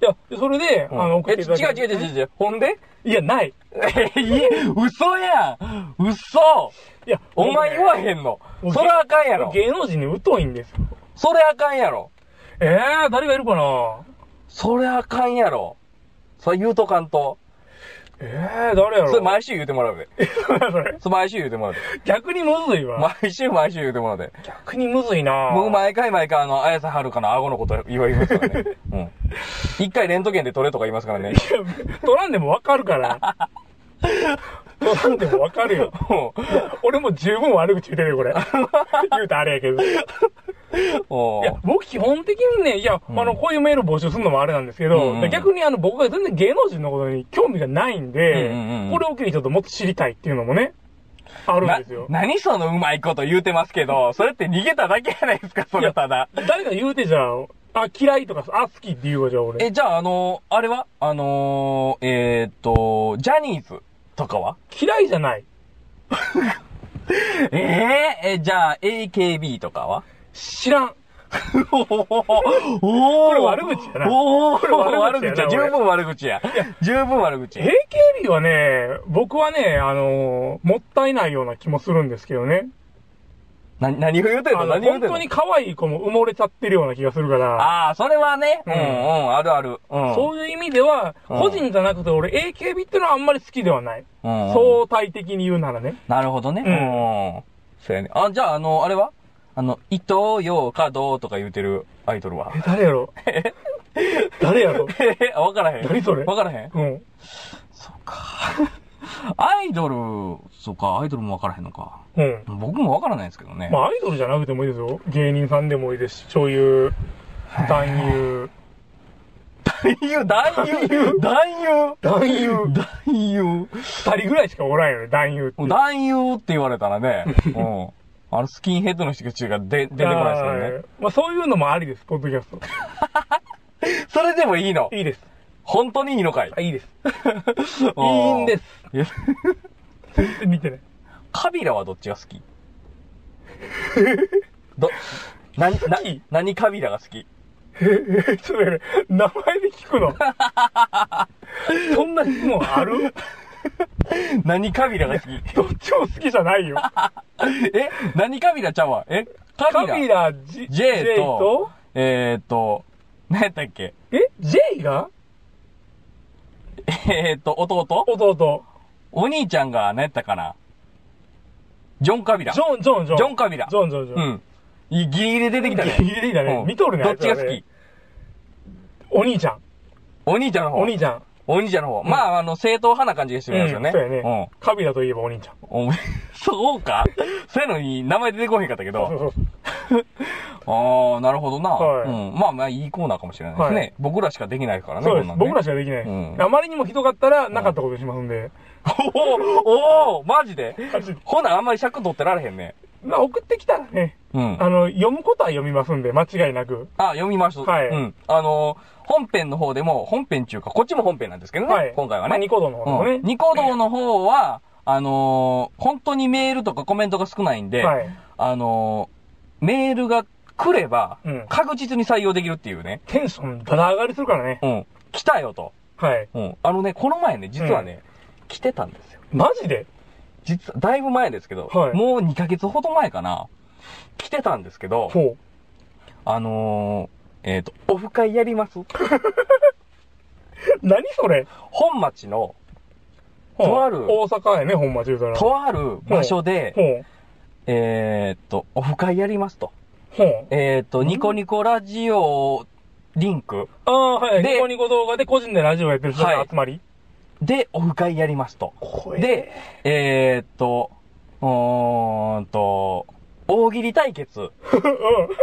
Speaker 2: いや、でそれで、
Speaker 1: うん
Speaker 2: あの、送っ
Speaker 1: え、
Speaker 2: てい
Speaker 1: ち
Speaker 2: ただ
Speaker 1: 違う
Speaker 2: け
Speaker 1: 違う違う違う。ほんで
Speaker 2: う。いや、ない。
Speaker 1: え、いえ、嘘やん嘘
Speaker 2: いや、
Speaker 1: お前言わへんの。
Speaker 2: 僕ね
Speaker 1: それあかんやろ。
Speaker 2: 芸能人に疎いんですよ。
Speaker 1: それあかんやろ。
Speaker 2: えー、誰がいるかな
Speaker 1: それあかんやろ。それ言うとかんと。
Speaker 2: えー、誰やろ
Speaker 1: それ毎週言うてもらうで。
Speaker 2: それ。
Speaker 1: それ毎週言うてもらうで。
Speaker 2: 逆にむずいわ。
Speaker 1: 毎週毎週言うてもらうで。
Speaker 2: 逆にむずいな
Speaker 1: 僕毎回毎回あの、綾瀬はるかの顎のこと言われますからね。 うん。一回レントゲンで撮れとか言いますからね。
Speaker 2: いや取らんでもわか るから。取らんでもわかるよ。
Speaker 1: うん
Speaker 2: 俺も十分悪口言ってるよ、これ。 言うとあれやけど。い
Speaker 1: お
Speaker 2: や
Speaker 1: ー、
Speaker 2: 僕基本的にね、いや、
Speaker 1: ん
Speaker 2: あの、こういうメール募集するのもあれなんですけ
Speaker 1: う
Speaker 2: ど
Speaker 1: んうん、
Speaker 2: 逆にあの、僕が全然芸能人のことに興味がないん
Speaker 1: う
Speaker 2: で
Speaker 1: んうんうん、
Speaker 2: これを機にちょっともっと知りたいっていうのもね、あるん
Speaker 1: な
Speaker 2: ですよ。
Speaker 1: 何そのうまいこと言うてますけど、それって逃げただけじゃないですか、それただ。
Speaker 2: 誰か言うてじゃあ、あ、嫌いとか、あ、好きって言うわ、じゃあ俺。
Speaker 1: え、じゃああのー、あれはあのー、えーっと、ジャニーズとかは
Speaker 2: 嫌いじゃない。
Speaker 1: えー、え、じゃあ AKB とかは
Speaker 2: 知らん。
Speaker 1: おーお
Speaker 2: これ悪口やな
Speaker 1: おお
Speaker 2: これ悪口やな
Speaker 1: 十
Speaker 2: 俺
Speaker 1: 分悪口や。十分悪口。
Speaker 2: AKB はね、僕はね、あのーもったいないような気もするんですけどね。
Speaker 1: な、何を言うてん
Speaker 2: あ
Speaker 1: の
Speaker 2: の、
Speaker 1: 何を言う
Speaker 2: 本
Speaker 1: てん
Speaker 2: 当
Speaker 1: の
Speaker 2: に可愛い子も埋もれちゃってるような気がするから、
Speaker 1: ああ、それはね、う
Speaker 2: うんん
Speaker 1: うん、あるある。うん。
Speaker 2: そういう意味では、
Speaker 1: うん
Speaker 2: 個人じゃなくて俺 AKB ってのはあんまり好きではない。
Speaker 1: うん、
Speaker 2: 相対的に言うならね。
Speaker 1: なるほどね。
Speaker 2: うん
Speaker 1: うん。そうやね。あ、じゃあ、あの、あれはあの、伊藤洋華堂とか言うてるアイドルは
Speaker 2: え、誰や ろ誰やろ
Speaker 1: えへへわからへん。
Speaker 2: 何それ
Speaker 1: わからへん。
Speaker 2: うん。
Speaker 1: アイドル、そうか、アイドルもわからへんのか。
Speaker 2: うん。
Speaker 1: 僕もわからないですけどね。
Speaker 2: まあアイドルじゃなくてもいいですよ。芸人さんでもいいですし、そういう、男優。
Speaker 1: 男優、男優、男優、
Speaker 2: 男優。
Speaker 1: 男優。
Speaker 2: 二人ぐらいしかおらんよね、男優って。
Speaker 1: 男優って言われたら ね、うん。あの、スキンヘッドの人たちが出、出てこないですからね。
Speaker 2: はいまあそういうのもありです、ポッドキャスト。
Speaker 1: それでもいいの
Speaker 2: いいです。
Speaker 1: 本当にいいのかい
Speaker 2: い いです。
Speaker 1: い
Speaker 2: いいんです。
Speaker 1: す。
Speaker 2: 見てね。
Speaker 1: カビラはどっちが好き ど、な、な
Speaker 2: 好き、
Speaker 1: 何カビラが好き
Speaker 2: ええちょっとね、名前で聞 くの。そんな質問ある
Speaker 1: 何カビラが好き
Speaker 2: どっちも好きじゃないよ。
Speaker 1: え何カビラちゃうわえカ
Speaker 2: カ
Speaker 1: ビラ
Speaker 2: ビラ、ジ
Speaker 1: J と、えーっと、何やったっけ
Speaker 2: え ?J が
Speaker 1: えーっと、弟
Speaker 2: 弟。
Speaker 1: お兄ちゃんが何やったかなジョンカビラ。
Speaker 2: ジョン、ジョン、ジョン。
Speaker 1: ジョンカビラ
Speaker 2: ジョン、ジョン、ジョ
Speaker 1: う
Speaker 2: ン。
Speaker 1: ん。いギリギリ出てきたね。
Speaker 2: ギリギリだね
Speaker 1: うん
Speaker 2: 見とるね
Speaker 1: どっちが
Speaker 2: あいつ
Speaker 1: 好
Speaker 2: ら
Speaker 1: き
Speaker 2: ねお兄ちゃん。
Speaker 1: お兄ちゃんの方。
Speaker 2: お兄ちゃん。
Speaker 1: お兄ちゃんの方。まあ、あの、正当派な感じがしてるんですよね。
Speaker 2: そうやね。カ ビラといえばお兄ちゃん。
Speaker 1: うん。おそうかそういうのに名前出てこへんかったけど。
Speaker 2: そうそうそう
Speaker 1: ああ、なるほどな。
Speaker 2: は
Speaker 1: う
Speaker 2: い
Speaker 1: ん。まあまあ、いいコーナーかもしれないですね。
Speaker 2: はい
Speaker 1: 僕らしかできないからね、
Speaker 2: そうです。僕ら
Speaker 1: し
Speaker 2: しかできない。
Speaker 1: うん
Speaker 2: あまりにもひどかったら、なかったことにしますんで。
Speaker 1: か。おおおーマジで
Speaker 2: マジで
Speaker 1: ほな、あんまり尺取ってられへんね。
Speaker 2: まあ、送ってきたらね、
Speaker 1: うん。
Speaker 2: あの、読むことは読みますんで、間違いなく。
Speaker 1: あ、読みます。
Speaker 2: はい
Speaker 1: うん。あのー本編の方でも、本編っていうか、こっちも本編なんですけどね。
Speaker 2: はい。
Speaker 1: 今回は
Speaker 2: まあ
Speaker 1: ね。
Speaker 2: ニコ動の方の
Speaker 1: うん
Speaker 2: ね。
Speaker 1: ニコ動の方は、あのー本当にメールとかコメントが少ないんで、
Speaker 2: はい。
Speaker 1: あのーメールが来れば
Speaker 2: うん、
Speaker 1: 確実に採用できるっていうね。
Speaker 2: テンションだだ上がりするからね。
Speaker 1: うん。来たよと。
Speaker 2: はい。
Speaker 1: うん。あのね、この前ね、実はね、来てたんですよ。
Speaker 2: マジで
Speaker 1: 実は、だいぶ前ですけど、
Speaker 2: はい
Speaker 1: もう2ヶ月ほど前かな。来てたんですけど、
Speaker 2: ほ
Speaker 1: あのーえっ、と、オフ会やります
Speaker 2: う。何それ
Speaker 1: 本町の、
Speaker 2: ほう
Speaker 1: とある
Speaker 2: 大阪やね、本町言うたら。
Speaker 1: とある場所で、
Speaker 2: ほう。
Speaker 1: えーっと、オフ会やりますと。
Speaker 2: ほう。
Speaker 1: えーっと、ニコニコラジオリンク
Speaker 2: ああ、はい。
Speaker 1: で
Speaker 2: ニコニコ動画で個人でラジオやってる人の集まり。
Speaker 1: でオフ会やりますと。
Speaker 2: 怖え。
Speaker 1: で、えーっと、うーんと、大喜利対決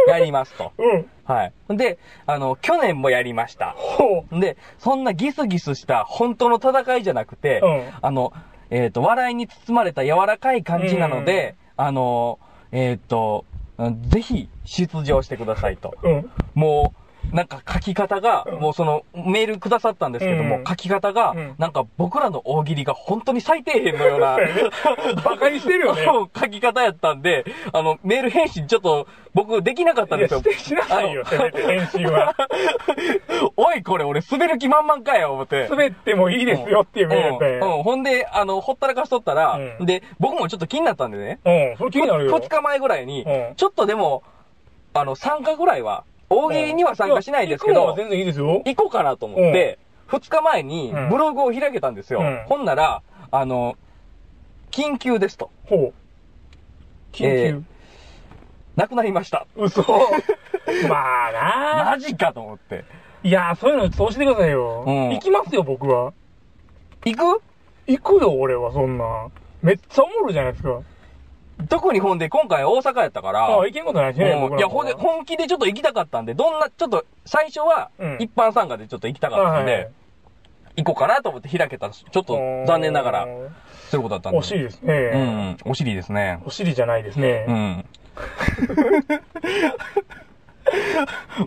Speaker 1: やりますと
Speaker 2: うん。
Speaker 1: はい。で、あの、去年もやりました。
Speaker 2: ほ
Speaker 1: で、そんなギスギスした本当の戦いじゃなくて、
Speaker 2: うん
Speaker 1: あの、えっ、と、笑いに包まれた柔らかい感じなので、あの、えっ、と、うんぜひ出場してくださいと。
Speaker 2: う。うん。
Speaker 1: もう、なんか書き方が、もうそのメールくださったんですけども、
Speaker 2: うん
Speaker 1: 書き方が、
Speaker 2: うん
Speaker 1: なんか僕らの大喜利が本当に最底辺のよう な、
Speaker 2: バカにしてるよね。
Speaker 1: 書き方やったんで、あの、メール返信ちょっと僕できなかったん
Speaker 2: い
Speaker 1: で
Speaker 2: や、
Speaker 1: すよ
Speaker 2: し。てしなさいよ、せめて編集は。
Speaker 1: おい、これ俺滑る気満々かよ、思って。
Speaker 2: 滑ってもいいですよっていうメールやったんや
Speaker 1: うんうんほんで、あの、ほったらかしとったら、
Speaker 2: うん
Speaker 1: で、僕もちょっと気になったんでね、
Speaker 2: うん、それ気になるよ。
Speaker 1: 2日前ぐらいに、
Speaker 2: うん
Speaker 1: ちょっとでも、あの、参加ぐらいは、大喜利には参加しないですけ
Speaker 2: いや行
Speaker 1: ど、
Speaker 2: くのは全然いいですよ。
Speaker 1: 行こうかなと思って、2日前に
Speaker 2: うん
Speaker 1: ブログを開けたんですよ。
Speaker 2: うん
Speaker 1: ほんなら、あの、緊急ですと。
Speaker 2: ほう。
Speaker 1: え
Speaker 2: 緊
Speaker 1: ーなくなりました。
Speaker 2: 急。嘘。 まあな
Speaker 1: マジかと思って。
Speaker 2: いやそういうのそうしてくださいよ。
Speaker 1: うん
Speaker 2: 行きますよ、僕は。
Speaker 1: 行く
Speaker 2: 行くよ、俺は、そんな。めっちゃおもろいじゃないですか。
Speaker 1: 特にほんで、今回大阪やったから、
Speaker 2: ああ、行けんことないしね、
Speaker 1: うん
Speaker 2: 僕ら
Speaker 1: いや、ほんで、本気でちょっと行きたかったんで、どんな、ちょっと、最初は
Speaker 2: うん、
Speaker 1: 一般参加でちょっと行きたかったん
Speaker 2: はい
Speaker 1: で、行こうかなと思って開けたら、ちょっと残念ながら、そういうことだったんで。
Speaker 2: お尻です
Speaker 1: う
Speaker 2: ね。
Speaker 1: ん、お尻ですね。
Speaker 2: お尻じゃないですね
Speaker 1: う。 ん。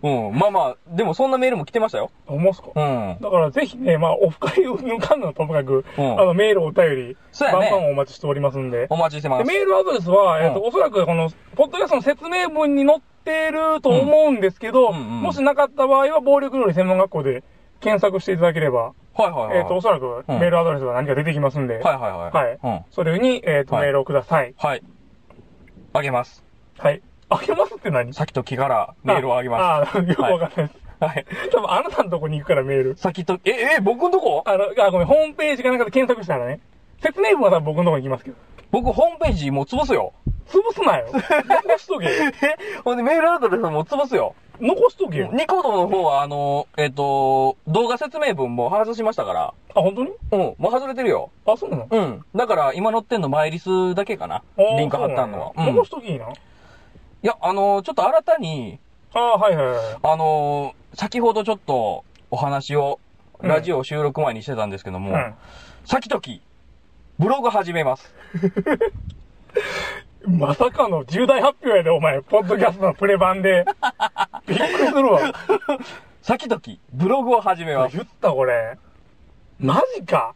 Speaker 1: うん、まあまあ、でもそんなメールも来てましたよ。
Speaker 2: 思うすか
Speaker 1: うん。
Speaker 2: だからぜひね、まあ、オフ会を 抜かんのはともかく、
Speaker 1: うん
Speaker 2: あの、メールお便り、
Speaker 1: そうやね
Speaker 2: バンバンお待ちしておりますんで。
Speaker 1: お待ちしてま。
Speaker 2: ですメールアドレスは、えっ、と、
Speaker 1: うん
Speaker 2: おそらくこの、ポッドキャストの説明文に載ってると思うんですけど、
Speaker 1: うんうんうん
Speaker 2: もしなかった場合は、暴力料理専門学校で検索していただければ、
Speaker 1: はいはいはい。
Speaker 2: えっ、と、おそらくメールアドレスが何か出てきますんで、
Speaker 1: はいはいはい。
Speaker 2: はいそれに、えっ、と、
Speaker 1: はい
Speaker 2: メールをください。
Speaker 1: うん。はい。あげます。
Speaker 2: はい。あげますって何
Speaker 1: 先と木からメールをあげます。
Speaker 2: ああ、よくわかんないです。
Speaker 1: はい。
Speaker 2: 多分、あなたのとこに行くからメール。
Speaker 1: 先と、え、え、僕のとこ
Speaker 2: あの、あごめん、ホームページかなんかで検索したらね、説明文は多分僕のとこに行きますけど、
Speaker 1: 僕ホームページもう潰すよ。
Speaker 2: 潰すなよ。残しとけよ。
Speaker 1: えほんでメールアドレスも潰すよ。
Speaker 2: 残しとけよ。
Speaker 1: ニコ動の方は、あの、えっ、と、動画説明文も外しましたから。
Speaker 2: あ、本当に
Speaker 1: うん、もう外れてるよ。
Speaker 2: あ、そうなの
Speaker 1: うん。だから、今乗ってんのマイリスだけかな。
Speaker 2: あー
Speaker 1: リンク貼ったのは。
Speaker 2: そう
Speaker 1: う。
Speaker 2: なんん
Speaker 1: い
Speaker 2: や残しときいいな。
Speaker 1: や、あの、ちょっと新たに、
Speaker 2: ああ、はいはいは
Speaker 1: あの、先ほどちょっとお話を、
Speaker 2: うん
Speaker 1: ラジオ収録前にしてたんですけど
Speaker 2: い。
Speaker 1: も、
Speaker 2: うん。
Speaker 1: 先時、ブログ始めます。
Speaker 2: まさかの重大発表やで、お前。ポッドキャストのプレ版で。びっくりする わ。
Speaker 1: 先時、ブログを始めます。
Speaker 2: 言った、これ。マジか。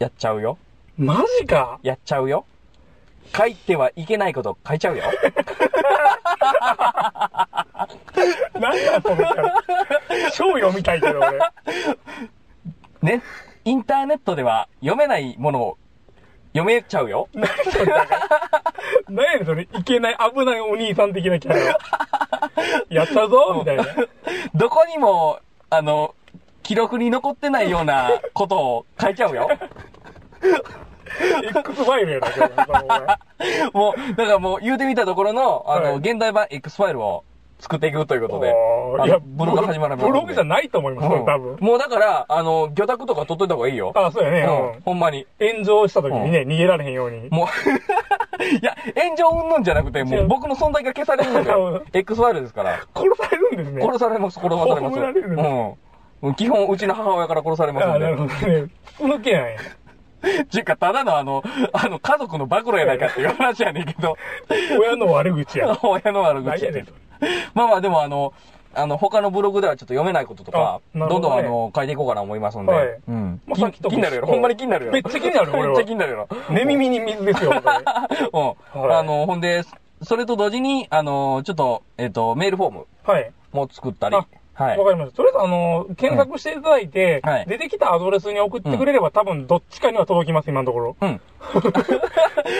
Speaker 1: やっちゃうよ。
Speaker 2: マジか。
Speaker 1: やっちゃうよ。書いてはいけないこと書いちゃうよ。
Speaker 2: なんだ、そのキャラ。超読みたいけど、俺。
Speaker 1: ね。インターネットでは読めないものを読めちゃうよ。
Speaker 2: 何それ。何やねん、それ。いけない、危ないお兄さん的なキャラ。やったぞ、みたいな。
Speaker 1: どこにも、あの、記録に残ってないような ことを書いちゃうよ。
Speaker 2: X ファイルやな、これ。
Speaker 1: もう、だからもう言うてみたところの、あの、
Speaker 2: はい
Speaker 1: 現代版 X ファイルを作っていくということで
Speaker 2: おー。
Speaker 1: あの
Speaker 2: いや、
Speaker 1: ブログが始まる
Speaker 2: ブログじゃないと思いますよ、多分
Speaker 1: うん。もうだから、あの、魚拓とか取っといた方がいいよ。
Speaker 2: あ、そうやね。
Speaker 1: う、
Speaker 2: うんん
Speaker 1: ほんまに。
Speaker 2: 炎上した時にね、逃げられへんように。
Speaker 1: もう、 いや、炎上云々じゃなくて、も
Speaker 2: 違
Speaker 1: う
Speaker 2: う
Speaker 1: 僕の存在が消されるんです よ。X ファイルですから。
Speaker 2: 殺されるんですね。
Speaker 1: 殺されます、殺されます。
Speaker 2: 葬られる
Speaker 1: うん。基本、うちの母親から殺されます
Speaker 2: あ
Speaker 1: ん
Speaker 2: あ、なる
Speaker 1: で。
Speaker 2: ほどね。そのけなんや。
Speaker 1: っていうか、ただのあの、あの、家族の暴露やないかっていう話やねんけど、
Speaker 2: 親の悪口や。
Speaker 1: 親の悪
Speaker 2: 何
Speaker 1: 口
Speaker 2: や
Speaker 1: や
Speaker 2: ね
Speaker 1: けど。
Speaker 2: ん
Speaker 1: まあまあ、でもあの、あの、他のブログではちょっと読めないこととか、
Speaker 2: あ
Speaker 1: ど
Speaker 2: なるほどね
Speaker 1: んどんあの、書いていこうかな思いますんで。
Speaker 2: はい
Speaker 1: うん。
Speaker 2: まあさっきと
Speaker 1: 気になるやろ。ほんまに気になるやろ。
Speaker 2: めっちゃ気になる俺は
Speaker 1: めっちゃ気になるやろ。
Speaker 2: 寝耳に水ですよ、本
Speaker 1: うん。
Speaker 2: はい
Speaker 1: あの、ほんで、それと同時に、あの、ちょっと、えっ、と、メールフォーム
Speaker 2: 当にはい。
Speaker 1: も作ったり。
Speaker 2: あ
Speaker 1: はい
Speaker 2: わ。かりました。とりあえず、あの、検索していただいて、
Speaker 1: はい
Speaker 2: 出てきたアドレスに送ってくれれば、多分どっちかには届きます、今のところ。
Speaker 1: うん。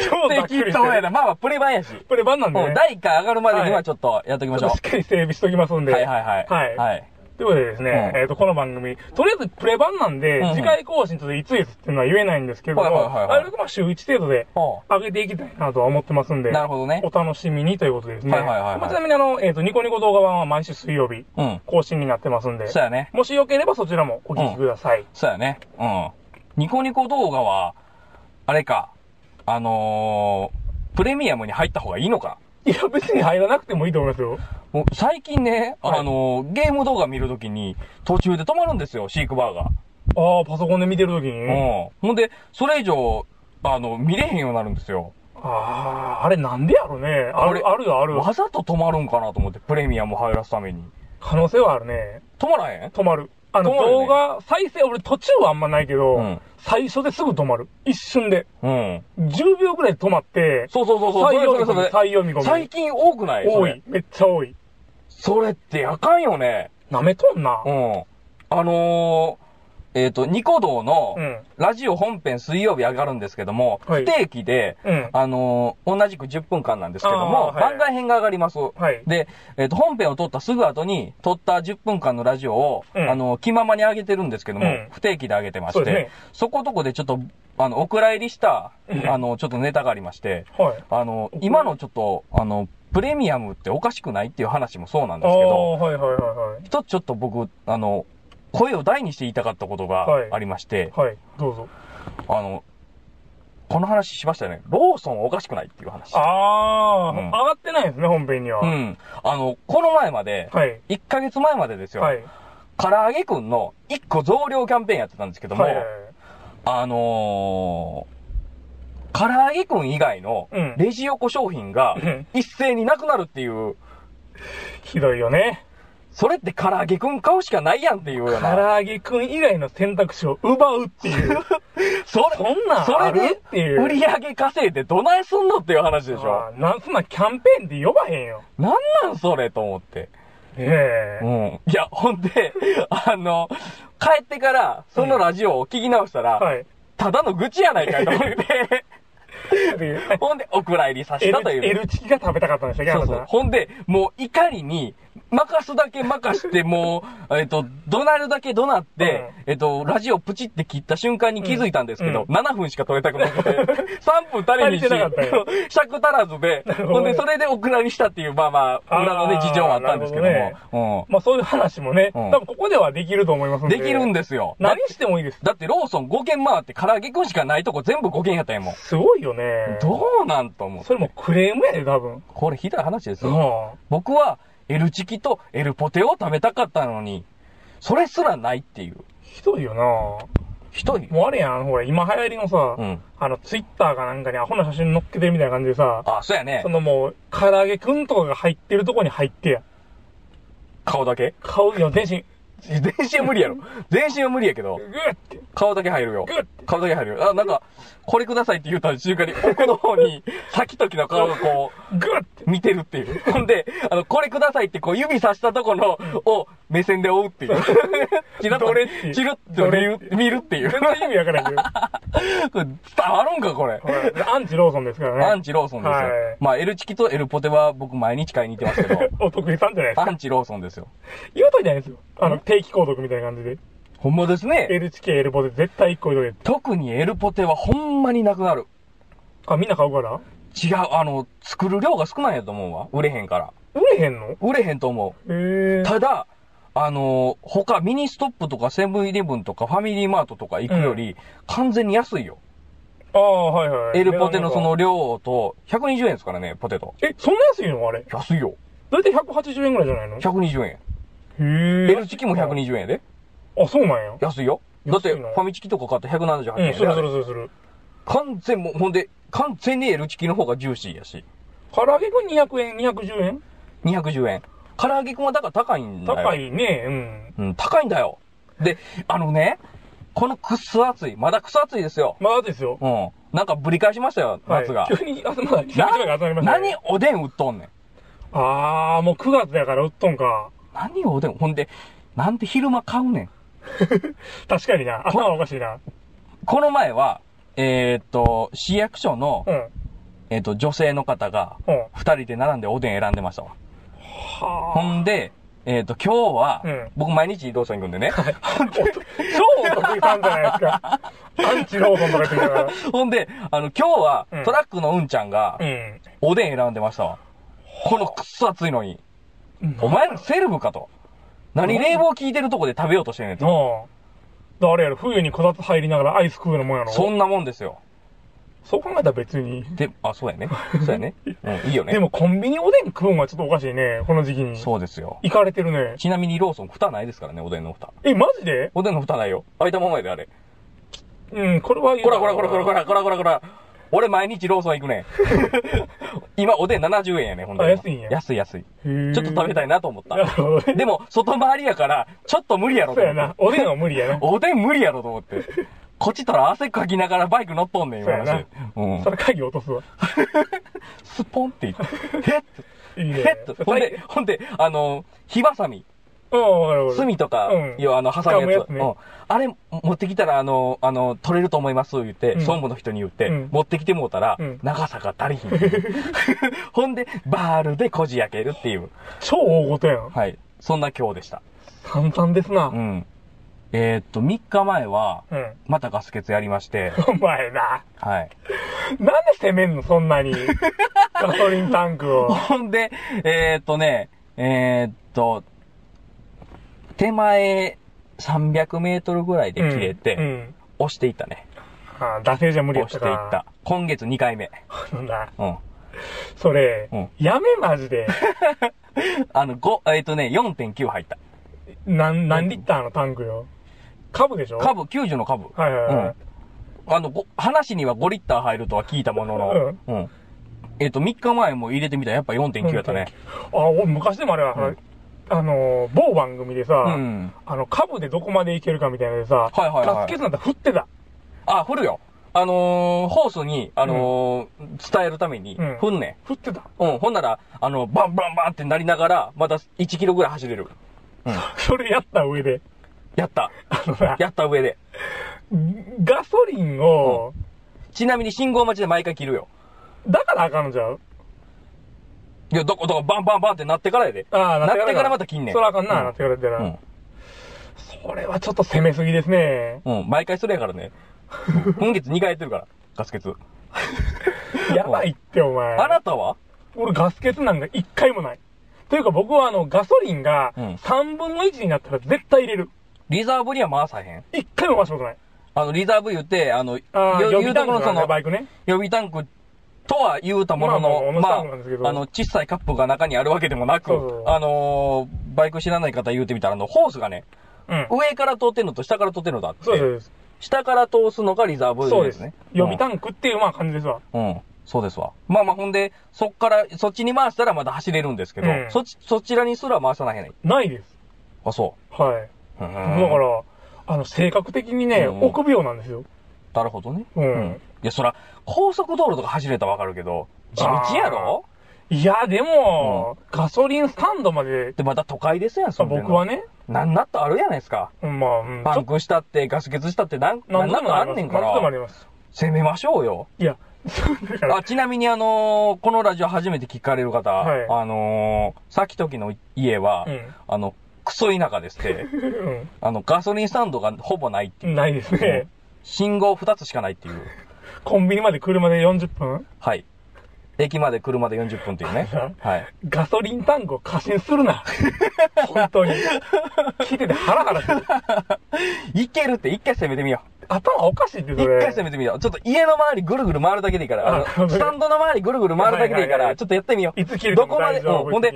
Speaker 2: 超ざっくり
Speaker 1: 適
Speaker 2: して
Speaker 1: 当や
Speaker 2: る。
Speaker 1: な。まあまあ、プレ版やし。
Speaker 2: これ番なんで、
Speaker 1: うん
Speaker 2: ね。
Speaker 1: 第1回上がるまでにはちょっとやっときましょう
Speaker 2: し。っかり整備しときますんで。
Speaker 1: はいはいはい。
Speaker 2: はい
Speaker 1: はい。
Speaker 2: ということでですね、
Speaker 1: うん
Speaker 2: えっ、と、この番組、とりあえずプレ版なんで、
Speaker 1: うんうん
Speaker 2: 次回更新といついつっていうのは言えないんですけれど
Speaker 1: は
Speaker 2: も、
Speaker 1: いはいはいはい
Speaker 2: なるべくまあ週1程度で
Speaker 1: ほ
Speaker 2: 上げていきたいなとは思ってますんで、
Speaker 1: なるほどね
Speaker 2: お楽しみにということですね。
Speaker 1: はいはいはいはい
Speaker 2: まあちなみにあの、えっ、と、ニコニコ動画版は毎週水曜日
Speaker 1: う。うん。
Speaker 2: 更新になってますんで、
Speaker 1: そうやね。
Speaker 2: もしよければそちらもお聞きください。
Speaker 1: そうやね。うん。ニコニコ動画は、あれか、あのー、プレミアムに入った方がいいのか。
Speaker 2: いや、別に入らなくてもいいと思いますよ。
Speaker 1: もう最近ね、
Speaker 2: はい
Speaker 1: あのー、ゲーム動画見るときに、途中で止まるんですよ、シークバーが。
Speaker 2: ああ、パソコンで見てるときに。
Speaker 1: うん。ほんで、それ以上、あの、見れへんようになるんですよ。
Speaker 2: ああ、あれなんでやろね。ある、
Speaker 1: あ
Speaker 2: あるよ、ある。
Speaker 1: わざと止まるんかなと思って、プレミアム入らすために。
Speaker 2: 可能性はあるね。
Speaker 1: 止まらへん
Speaker 2: 止まる。あの、
Speaker 1: 止まるね
Speaker 2: 動画、再生、俺途中はあんまないけど、
Speaker 1: うん
Speaker 2: 最初ですぐ止まる。一瞬で。
Speaker 1: うん。
Speaker 2: 10秒くらいで止まって、
Speaker 1: そうそうそうそう。
Speaker 2: 再読み
Speaker 1: そ
Speaker 2: 込
Speaker 1: れ
Speaker 2: み、
Speaker 1: それ
Speaker 2: 再読み
Speaker 1: それ
Speaker 2: 込
Speaker 1: 最
Speaker 2: み。
Speaker 1: 近多くないそ
Speaker 2: 多
Speaker 1: れ
Speaker 2: い。めっちゃ多い。
Speaker 1: それってあかんよね。
Speaker 2: 舐めとんな
Speaker 1: う。ん。あのー、えっ、と、ニコ動の
Speaker 2: うん。うん。
Speaker 1: ラジオ本編水曜日上がるんですけども、
Speaker 2: はい
Speaker 1: 不定期で、あのー同じく10分間なんですけども、
Speaker 2: あーはい
Speaker 1: 番外編が上がります。
Speaker 2: はい。
Speaker 1: で、えっ、と、本編を撮ったすぐ後に、撮った10分間のラジオを、
Speaker 2: うん
Speaker 1: あのー気ままに上げてるんですけども、
Speaker 2: うん
Speaker 1: 不定期で上げてま
Speaker 2: そ
Speaker 1: し
Speaker 2: う
Speaker 1: て、
Speaker 2: ですね
Speaker 1: そことこでちょっと、あの、お蔵入りした、
Speaker 2: うん
Speaker 1: あの、ちょっとネタがありまして、
Speaker 2: はい。
Speaker 1: あの
Speaker 2: お、
Speaker 1: 今のちょっと、あの、プレミアムっておかしくないっていう話もそうなん
Speaker 2: あ
Speaker 1: ですけど、
Speaker 2: あ、はいはいはい
Speaker 1: 一つちょっと僕、あの、声を大にして言いたかったことが
Speaker 2: はい
Speaker 1: ありまして、
Speaker 2: はい。はい。どうぞ。
Speaker 1: あの、この話しましたよね。ローソンおかしくないっていう話。
Speaker 2: ああ、
Speaker 1: うん
Speaker 2: 上がってないですね、本編には。
Speaker 1: うん。あの、この前まで、
Speaker 2: はい。
Speaker 1: 1ヶ月前までですよ、
Speaker 2: はい。
Speaker 1: 唐揚げくんの1個増量キャンペーンやってたんですけども、
Speaker 2: はい。
Speaker 1: あのー、唐揚げくん以外の
Speaker 2: うん
Speaker 1: レジ横商品が
Speaker 2: うん
Speaker 1: 一斉になくなるっていう、
Speaker 2: ひどいよね。
Speaker 1: それって唐揚げくん買うしかないやんっていうよう
Speaker 2: 唐
Speaker 1: な。
Speaker 2: 揚げくん以外の選択肢を奪うっていう。
Speaker 1: それ
Speaker 2: そんなん
Speaker 1: そ
Speaker 2: あ
Speaker 1: れ
Speaker 2: る
Speaker 1: で
Speaker 2: っていう。
Speaker 1: 売り上げ稼いでどないすんのっていう話でしょ
Speaker 2: あ。ーなんそんなんキャンペーンって呼ばへんよ。
Speaker 1: なんなんそれと思って。
Speaker 2: ねえ
Speaker 1: う。ん。いや、ほんで、あの、帰ってから、そのラジオを聞き直したら、
Speaker 2: はい。
Speaker 1: ただの愚痴やないかいと思 って、ほんで、お蔵入りさせ
Speaker 2: L,
Speaker 1: たという。
Speaker 2: L チキが食べたかったんでしたっけ
Speaker 1: そう
Speaker 2: あ
Speaker 1: そう
Speaker 2: な。た
Speaker 1: ほんで、もう怒りに、任すだけ任 して、もう、えっと、怒鳴るだけ怒鳴って、えっと、ラジオプチって切った瞬間に気づいたんですけど、
Speaker 2: う
Speaker 1: 7分しか撮れたくなくて、3分足 りにし、
Speaker 2: 足りてなかったよ
Speaker 1: 尺足らずで、
Speaker 2: るほ
Speaker 1: ほ
Speaker 2: ど
Speaker 1: ん
Speaker 2: ね
Speaker 1: で、それでお蔵にしたっていう、まあまあ、裏のね、
Speaker 2: あー
Speaker 1: 事情はあったんですけど
Speaker 2: なる
Speaker 1: も、
Speaker 2: まあそういう話もね、
Speaker 1: うん
Speaker 2: 多分ここではできると思いま
Speaker 1: う
Speaker 2: す
Speaker 1: んん。
Speaker 2: で。
Speaker 1: できるん
Speaker 2: で。
Speaker 1: ですよ。
Speaker 2: 何してもいいです。
Speaker 1: だってローソン5軒回って唐揚げくんしかないとこ全部5軒やったんやもん。
Speaker 2: すごいよね。
Speaker 1: どうなんと思う。
Speaker 2: それもクレームやで、多分。
Speaker 1: これひどい話です
Speaker 2: う
Speaker 1: よ。
Speaker 2: ん。
Speaker 1: 僕はエルチキとエルポテを食べたかったのに、それすらないっていう。
Speaker 2: ひどいよな
Speaker 1: ひどい。
Speaker 2: もうあれやん、ほら、今流行りのさ、
Speaker 1: うん。
Speaker 2: あの、ツイッターかなんかにアホな写真載っけてるみたいな感じでさ、
Speaker 1: あ、そうやね
Speaker 2: そ。のもう、唐揚げくんとかが入ってるとこに入ってや。
Speaker 1: 顔だけ
Speaker 2: 顔、いや、全身、
Speaker 1: 全身は無理やろ。全身は無理やけど
Speaker 2: グ、ーって、
Speaker 1: 顔だけ入るよ
Speaker 2: グ。ーって。
Speaker 1: 顔だけ入るよ。あ、なんか、これくださいって言うた瞬間に奥の方に、先時の顔がこう、
Speaker 2: グーって。
Speaker 1: 見てるっていう。ほんで、あの、これくださいってこう指さしたところを目線で追うって いう。チラッ
Speaker 2: どれっ
Speaker 1: と、
Speaker 2: て
Speaker 1: チラッと見る見るっていう。
Speaker 2: 全然意味わからんけど。
Speaker 1: こ れ伝わるんか、これ。
Speaker 2: はいアンチローソンですからね。
Speaker 1: アンチローソンですよ。
Speaker 2: はい
Speaker 1: まあ、エルチキとエルポテは僕毎日買いに行ってますけ ど、
Speaker 2: お得意さんじゃないです
Speaker 1: ア
Speaker 2: か。
Speaker 1: ンチローソンですよ。
Speaker 2: 言うとりじゃないですよ。あの、定期購読みたいな感じで。
Speaker 1: ほんまですね。
Speaker 2: LHK、エルボで絶対1個入れとけ。
Speaker 1: 特にエルポテはほんまになくなる。
Speaker 2: あ、みんな買うから
Speaker 1: 違う、あの、作る量が少ないやと思うわ。売れへんから。
Speaker 2: 売れへんの
Speaker 1: 売れへんと思う。
Speaker 2: へえ。
Speaker 1: ただ、あの、他、ミニストップとかセブンイレブンとかファミリーマートとか行くより、完全に安いよ。
Speaker 2: ああ、はいはい。
Speaker 1: エルポテのその。量と、120円ですからね、ポテト。
Speaker 2: え、そんな安いのあれ。
Speaker 1: 安いよ。
Speaker 2: だいたい180円ぐらいじゃないの
Speaker 1: 120円。
Speaker 2: へえ。
Speaker 1: エルチキも120円やで。
Speaker 2: あ、そうなんや。
Speaker 1: 安いよ。だって、
Speaker 2: 安
Speaker 1: フ
Speaker 2: いな
Speaker 1: ァミチキとか買って178
Speaker 2: うん、
Speaker 1: 円
Speaker 2: する
Speaker 1: や
Speaker 2: す
Speaker 1: で。
Speaker 2: るするする。
Speaker 1: 完全、もうほんで、完全にエルチキの方がジューシーやし。
Speaker 2: 唐揚げくん200円、210円
Speaker 1: 210円。唐揚げくんはだから高いんだよ。
Speaker 2: 高いね、うん。
Speaker 1: うん、高いんだよ。で、あのね、このくっそ暑い。まだくそ暑いですよ。
Speaker 2: まだですよ。
Speaker 1: うん。なんかぶり返しましたよ、
Speaker 2: はい
Speaker 1: 夏が。
Speaker 2: 急に、あ、まだ、気持ち
Speaker 1: な
Speaker 2: が集まりましたね。
Speaker 1: 何おでん売っとんねん。
Speaker 2: あー、もう9月やから売っとんか。
Speaker 1: 何おでん。ほんで、なんで昼間買うねん。
Speaker 2: 確かにな。頭おかしいな。
Speaker 1: この前は、えーっと、市役所の
Speaker 2: う、ん。うん。
Speaker 1: えーっと、女性の方が、二人で並んでおでん選んでましたわ。ほ
Speaker 2: は
Speaker 1: んで、えーっと、今日は、
Speaker 2: うん
Speaker 1: 僕毎日移動車行くんでね。
Speaker 2: あ。超お得意さんじゃないですか。アンチローソンとか言ってるから。
Speaker 1: ほんで、あの、今日は、
Speaker 2: うん
Speaker 1: トラックのうんちゃんが、
Speaker 2: うん。
Speaker 1: おでん選んでましたわ。このくっそ暑いのに。
Speaker 2: うん
Speaker 1: お前らセレブかと。何冷房効いてるとこで食べようとしてんねんと。
Speaker 2: なあ。だあれやろ、冬にこたつ入りながらアイス食うのもんやろ。
Speaker 1: そんなもんですよ。
Speaker 2: そう考えたら別に。
Speaker 1: で、あ、そうや ね。そうやね。うん、いいよね。
Speaker 2: でもコンビニおでん食うんはちょっとおかしいね、この時期に。
Speaker 1: そうですよ。
Speaker 2: 行かれてるね。
Speaker 1: ちなみにローソン蓋ないですからね、おでんの蓋。
Speaker 2: え、マジで
Speaker 1: おでんの蓋ないよ。開いたままやで、あれ。
Speaker 2: うん、これは。
Speaker 1: こらこらこらこらこらこらこらこら。俺毎日ローソン行く ねん。今おでん70円やね、ほんとに
Speaker 2: あ安いんや
Speaker 1: 安い安い。
Speaker 2: へー
Speaker 1: ちょっと食べたいなと思った
Speaker 2: なる。ほどね。
Speaker 1: でも、外回りやから、ちょっと無理やろと
Speaker 2: そう
Speaker 1: 思っ
Speaker 2: や
Speaker 1: て
Speaker 2: な。。おでんは無理やな。
Speaker 1: おでん無理やろと思って。こっちたら汗かきながらバイク乗っとんねん、今の
Speaker 2: そう
Speaker 1: 話
Speaker 2: や。
Speaker 1: うん
Speaker 2: そ。れ鍵落とすわ。
Speaker 1: スポンって言 って、へっ
Speaker 2: いいね。
Speaker 1: へっと。ほんで、ほんで、あの、火ばさみ、
Speaker 2: うん、わかるわかる。
Speaker 1: 炭とか
Speaker 2: うん、
Speaker 1: 要はあの、挟むやつ。
Speaker 2: 掴むやつね
Speaker 1: うんあれ、持ってきたら、あの、あの、取れると思います、言って、
Speaker 2: うん
Speaker 1: 総務の人に言って
Speaker 2: うん、
Speaker 1: 持ってきてもうたら
Speaker 2: うん、
Speaker 1: 長さが足りひん。 ほんで、バールでこじ開けるっていう。
Speaker 2: 超大ごとやん。
Speaker 1: はい。そんな今日でした。
Speaker 2: 散々ですな
Speaker 1: う。ん。えーっと、3日前は、
Speaker 2: うん。
Speaker 1: またガス欠やりまして、
Speaker 2: お前な。
Speaker 1: はい。
Speaker 2: なんで攻めんの、そん なに。ガソリンタンクを。
Speaker 1: ほんで、えー、っとね、えー、っと、手前300メートルぐらいで切れて、
Speaker 2: うんうん。
Speaker 1: 押していったね。
Speaker 2: ああ、惰性じゃ無理や
Speaker 1: 押
Speaker 2: っ
Speaker 1: して
Speaker 2: た
Speaker 1: い
Speaker 2: か
Speaker 1: った。今月2回目。
Speaker 2: た。なんだ。
Speaker 1: うん。
Speaker 2: それ、
Speaker 1: うん
Speaker 2: やめマ ジで。
Speaker 1: あの、5、えーっとね、4.9入った。
Speaker 2: なん、何リッターのタンクよ。株でしょ
Speaker 1: 株、90の株。
Speaker 2: はいはいはい。
Speaker 1: うん。あの、ご話には5リッター入るとは聞いたものの、うん。えーっと、3日前も入れてみたらやっぱ4.9やったね。
Speaker 2: あ、俺昔でもあれは、
Speaker 1: うん
Speaker 2: あのー、某番組でさ、
Speaker 1: うん。
Speaker 2: あの、株でどこまでいけるかみたいなのでさ、
Speaker 1: はいはいはい
Speaker 2: 助けてなんだ振ってた。
Speaker 1: あ、振るよ。あのー、ホースに、あのー伝えるために
Speaker 2: うん、
Speaker 1: 振んねん。
Speaker 2: 振ってた。
Speaker 1: うん、ほんなら、あの、バンバンバンってなりながら、また1キロぐらい走れる。
Speaker 2: それやった上で。
Speaker 1: やった。
Speaker 2: あのさ、
Speaker 1: やった上で。
Speaker 2: ガソリンを、
Speaker 1: ちなみに信号待ちで毎回切るよ。
Speaker 2: だからあかんのちゃう
Speaker 1: いや、どこどこバンバンバンってなってからやで。
Speaker 2: ああ、
Speaker 1: なってから
Speaker 2: や
Speaker 1: また切んねん
Speaker 2: それあかんな、
Speaker 1: うん
Speaker 2: なってからやったら、
Speaker 1: うん。
Speaker 2: それはちょっと攻めすぎですね。
Speaker 1: うん、毎回それやからね。うん今月2回やってるから、ガス欠。
Speaker 2: やばいって、お前。
Speaker 1: あなたは
Speaker 2: 俺ガス欠なんか一回もない。というか僕はあの、ガソリンが
Speaker 1: うん
Speaker 2: 3分の1になったら絶対入れる。
Speaker 1: リザーブには回さへん。
Speaker 2: 一回も回したことない。
Speaker 1: あの、リザーブ言って、あの、
Speaker 2: ああ、
Speaker 1: よ
Speaker 2: 予備タンク
Speaker 1: 言うところ
Speaker 2: の
Speaker 1: の
Speaker 2: バイクね。
Speaker 1: 予備タンクとは言うたものの、
Speaker 2: まあま
Speaker 1: ま
Speaker 2: あ同じタンクなんですけど
Speaker 1: あ、あの、小さいカップが中にあるわけでもなく、
Speaker 2: そうそう
Speaker 1: あのーバイク知らない方言うてみたら、あの、ホースがね、
Speaker 2: うん。
Speaker 1: 上から通ってんのと下から通ってんのだって。
Speaker 2: そうです。
Speaker 1: 下から通すのがリザーブ
Speaker 2: そう
Speaker 1: で
Speaker 2: ですす
Speaker 1: ね。。
Speaker 2: 予備タンクっていうまあ感じですわ。
Speaker 1: うん。うんそうですわ。まあまあ、ほんで、そっから、そっちに回したらまだ走れるんですけど、
Speaker 2: うん
Speaker 1: そっち、そちらにすら回さないね。
Speaker 2: ないです。
Speaker 1: あ、そ
Speaker 2: はい。
Speaker 1: う。うん。だ
Speaker 2: だか。ら、あの、性格的にね、
Speaker 1: うん
Speaker 2: 臆病なんですよ。
Speaker 1: なるほどね。
Speaker 2: うん
Speaker 1: いや、そら、高速道路とか走れたらわかるけど、地道やろ
Speaker 2: いや、でも、ガソリンスタンドまで、
Speaker 1: で、また都会ですやん、そんなの
Speaker 2: 僕はね、
Speaker 1: なんなっとあるやないですか。
Speaker 2: うんまあ、うん、
Speaker 1: パ
Speaker 2: ちょ
Speaker 1: ンクしたって、ガス欠したって、なん、な
Speaker 2: 何
Speaker 1: ん
Speaker 2: 度
Speaker 1: な
Speaker 2: で
Speaker 1: ん
Speaker 2: も
Speaker 1: かあんねん
Speaker 2: あります。何
Speaker 1: か
Speaker 2: 度もあ
Speaker 1: ら、
Speaker 2: ります。
Speaker 1: 攻めましょうよ。
Speaker 2: いや、そうだから
Speaker 1: あ、ちなみにあのーこのラジオ初めて聞かれる方、
Speaker 2: はい
Speaker 1: あのーさっき時の家は、
Speaker 2: うん
Speaker 1: あの、クソ田舎で して、
Speaker 2: う
Speaker 1: あの、ガソリンスタンドがほぼないっていう。
Speaker 2: ん、ないですね。
Speaker 1: 信号2つしかないっていう。
Speaker 2: コンビニまで車で40分
Speaker 1: はい。駅まで車で40分ってい うね。はい。
Speaker 2: ガソリン単語過信す るな。本当に。聞いててハラハラする。
Speaker 1: いけるって一回攻めてみよう。
Speaker 2: 頭おかしいって、そ
Speaker 1: 一
Speaker 2: れ。
Speaker 1: 回攻めてみよう。ちょっと家の周りぐるぐる回るだけでいいから、あの、スタンドの周りぐるぐる回るだけでいいか
Speaker 2: はいはいは
Speaker 1: ら、
Speaker 2: い
Speaker 1: ちょっとやってみよう。
Speaker 2: いつ切れて
Speaker 1: ど
Speaker 2: も
Speaker 1: こまで、
Speaker 2: 大
Speaker 1: うん
Speaker 2: 丈夫。
Speaker 1: ほんで、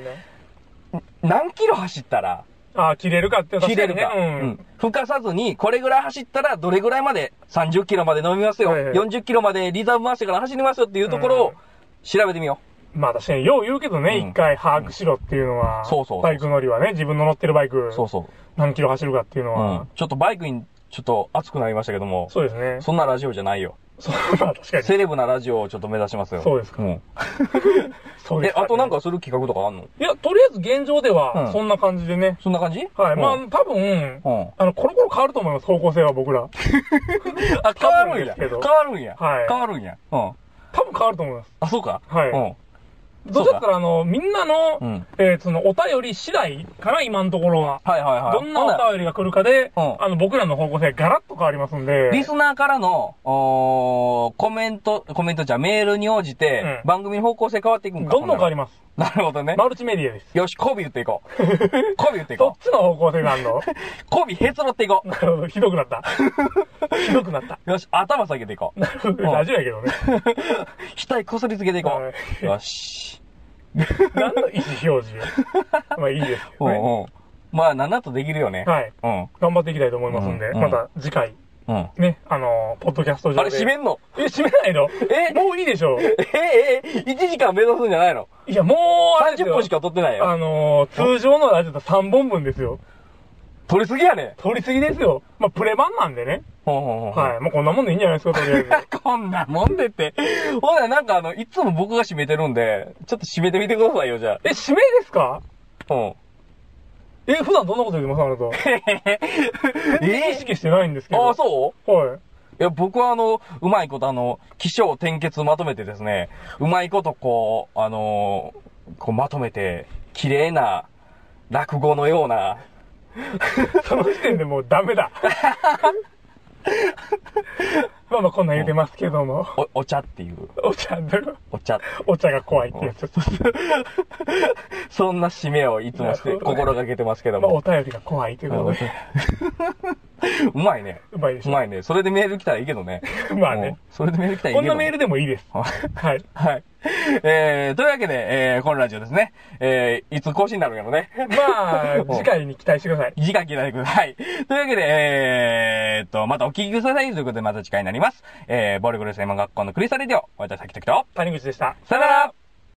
Speaker 1: 何キロ走ったら、
Speaker 2: ああ、切れるかって
Speaker 1: 切れるか。
Speaker 2: 確にね
Speaker 1: う
Speaker 2: うん
Speaker 1: ん。吹かさずに、これぐらい走ったら、どれぐらいまで、30キロまで飲みますよ。
Speaker 2: はいはい
Speaker 1: 40キロまでリザーブ回してから走りますよっていうところ
Speaker 2: う
Speaker 1: を
Speaker 2: ん、
Speaker 1: 調べてみよ
Speaker 2: まあ確かに、よう言うけどね、
Speaker 1: うん
Speaker 2: 一回把握しろっていうのは。
Speaker 1: そうそうそう
Speaker 2: バイク乗りはね、自分の乗ってるバイク
Speaker 1: う。。そうそう。
Speaker 2: 何キロ走るかっていうの
Speaker 1: う
Speaker 2: は
Speaker 1: ん。。ちょっとバイクに、ちょっと熱くなりましたけども、
Speaker 2: そうですね。
Speaker 1: そんなラジオじゃないよ。
Speaker 2: そう、まあ確かに。
Speaker 1: セレブなラジオをちょっと目指しますよ。
Speaker 2: そうですか
Speaker 1: ん。
Speaker 2: そうで
Speaker 1: え
Speaker 2: す、
Speaker 1: あとなんかする企画とかあんの
Speaker 2: いや、とりあえず現状で
Speaker 1: うん
Speaker 2: は、そんな感じでね。
Speaker 1: そんな感じ
Speaker 2: はい。まあ
Speaker 1: うん、
Speaker 2: 多分
Speaker 1: うん、
Speaker 2: あの、コロコロ変わると思います、方向性は僕ら。
Speaker 1: あ、変わるんや。
Speaker 2: 多分ですけ
Speaker 1: 変
Speaker 2: ど
Speaker 1: わるんや。
Speaker 2: はい
Speaker 1: 変わるんや。うん。
Speaker 2: 多分変わると思います。
Speaker 1: あ、そうか。
Speaker 2: はい
Speaker 1: うん。
Speaker 2: どうせだったら、あの、みんなの
Speaker 1: うん、
Speaker 2: えーその、お便り次第かな、今のところは。
Speaker 1: はいはいはい。
Speaker 2: どんなお便りが来るかで、
Speaker 1: うん
Speaker 2: あの、僕らの方向性ガラッと変わりますんで。
Speaker 1: リスナーからの、おーコメント、コメントじゃメールに応じて、
Speaker 2: うん
Speaker 1: 番組の方向性変わっていくんか。
Speaker 2: どんどん変わり
Speaker 1: ま
Speaker 2: ます。
Speaker 1: す。なるほどね。
Speaker 2: マルチメディアです。
Speaker 1: よし、コビ言っていこう。 コビ言ってい
Speaker 2: そっ
Speaker 1: こ
Speaker 2: ちの方向性なんの
Speaker 1: う。コビへつろっていこ
Speaker 2: なるほど、ひどくなった。ひどく なった。
Speaker 1: う。よし、頭下げていこう。 うん
Speaker 2: ラジオやけどね。
Speaker 1: 額こすりつけていこ
Speaker 2: は
Speaker 1: う。よし。
Speaker 2: 何の意思表示 まあいいですけ
Speaker 1: う
Speaker 2: どね。
Speaker 1: んうん。まあ、なんだとできるよね。
Speaker 2: はい。
Speaker 1: うん。
Speaker 2: 頑張っていきたいと思いますんで、
Speaker 1: うんうん
Speaker 2: また次回、
Speaker 1: うん。
Speaker 2: ね、あのーポッドキャスト上で。
Speaker 1: あれ、閉めんの
Speaker 2: え、閉めないの
Speaker 1: え
Speaker 2: もういいでしょ
Speaker 1: ええ、ええ、1時間目指すんじゃないの
Speaker 2: いや、もう、あれです
Speaker 1: ?30
Speaker 2: よ
Speaker 1: 分しか撮ってないよ。
Speaker 2: あのー通常のラジオだと3本分ですよ。
Speaker 1: 撮りすぎやね。
Speaker 2: 取りすぎですよ。まあ、プレ版なんでね。
Speaker 1: ほんほんほん。
Speaker 2: はい。もうこんなもんでいいんじゃないですか、とりあえ ず。
Speaker 1: こんなもんでって。ほら、なんかあの、いつも僕が締めてるんで、ちょっと締めてみてくださいよ、じゃ
Speaker 2: え、指名ですか
Speaker 1: あ。うん。
Speaker 2: え、普段どんなこと言ってますあなた。意識してないんですけど。
Speaker 1: ああ、そう
Speaker 2: うはい。
Speaker 1: いや、僕はあの、うまいことあの、起承転結まとめてですね、うまいことこう、あのーこうまとめて、綺麗な落語のような、
Speaker 2: その時点でもうダ メだ。まあまあ、こんなん言うてますけども。
Speaker 1: お、お茶っていう、
Speaker 2: お茶、
Speaker 1: お茶。
Speaker 2: お茶が怖いってやつ。
Speaker 1: そんな締めをいつもし
Speaker 2: な
Speaker 1: て
Speaker 2: るほどね
Speaker 1: 心がけてますけど
Speaker 2: まあ、お
Speaker 1: も。
Speaker 2: 便りが怖いということで。
Speaker 1: うまいね。
Speaker 2: うまいでし
Speaker 1: う
Speaker 2: ょ。
Speaker 1: まいね。それでメール来たらいいけどね。
Speaker 2: まあね
Speaker 1: うん。それでメール来たらいい
Speaker 2: こ
Speaker 1: け
Speaker 2: ん
Speaker 1: どね。
Speaker 2: なメールでもいいです。はい。
Speaker 1: はい。えー、というわけで、えー、このラジオですね。えー、いつ更新になるんやろね。
Speaker 2: まあ、次回に期待してください。
Speaker 1: 時間切られてください。というわけで、えーっと、またお聞きくださいということで、また次回になります。えー、ボルグレス専門学校のクリスタルレディオ、私は先ときと、
Speaker 2: 谷口でした。
Speaker 1: さよなら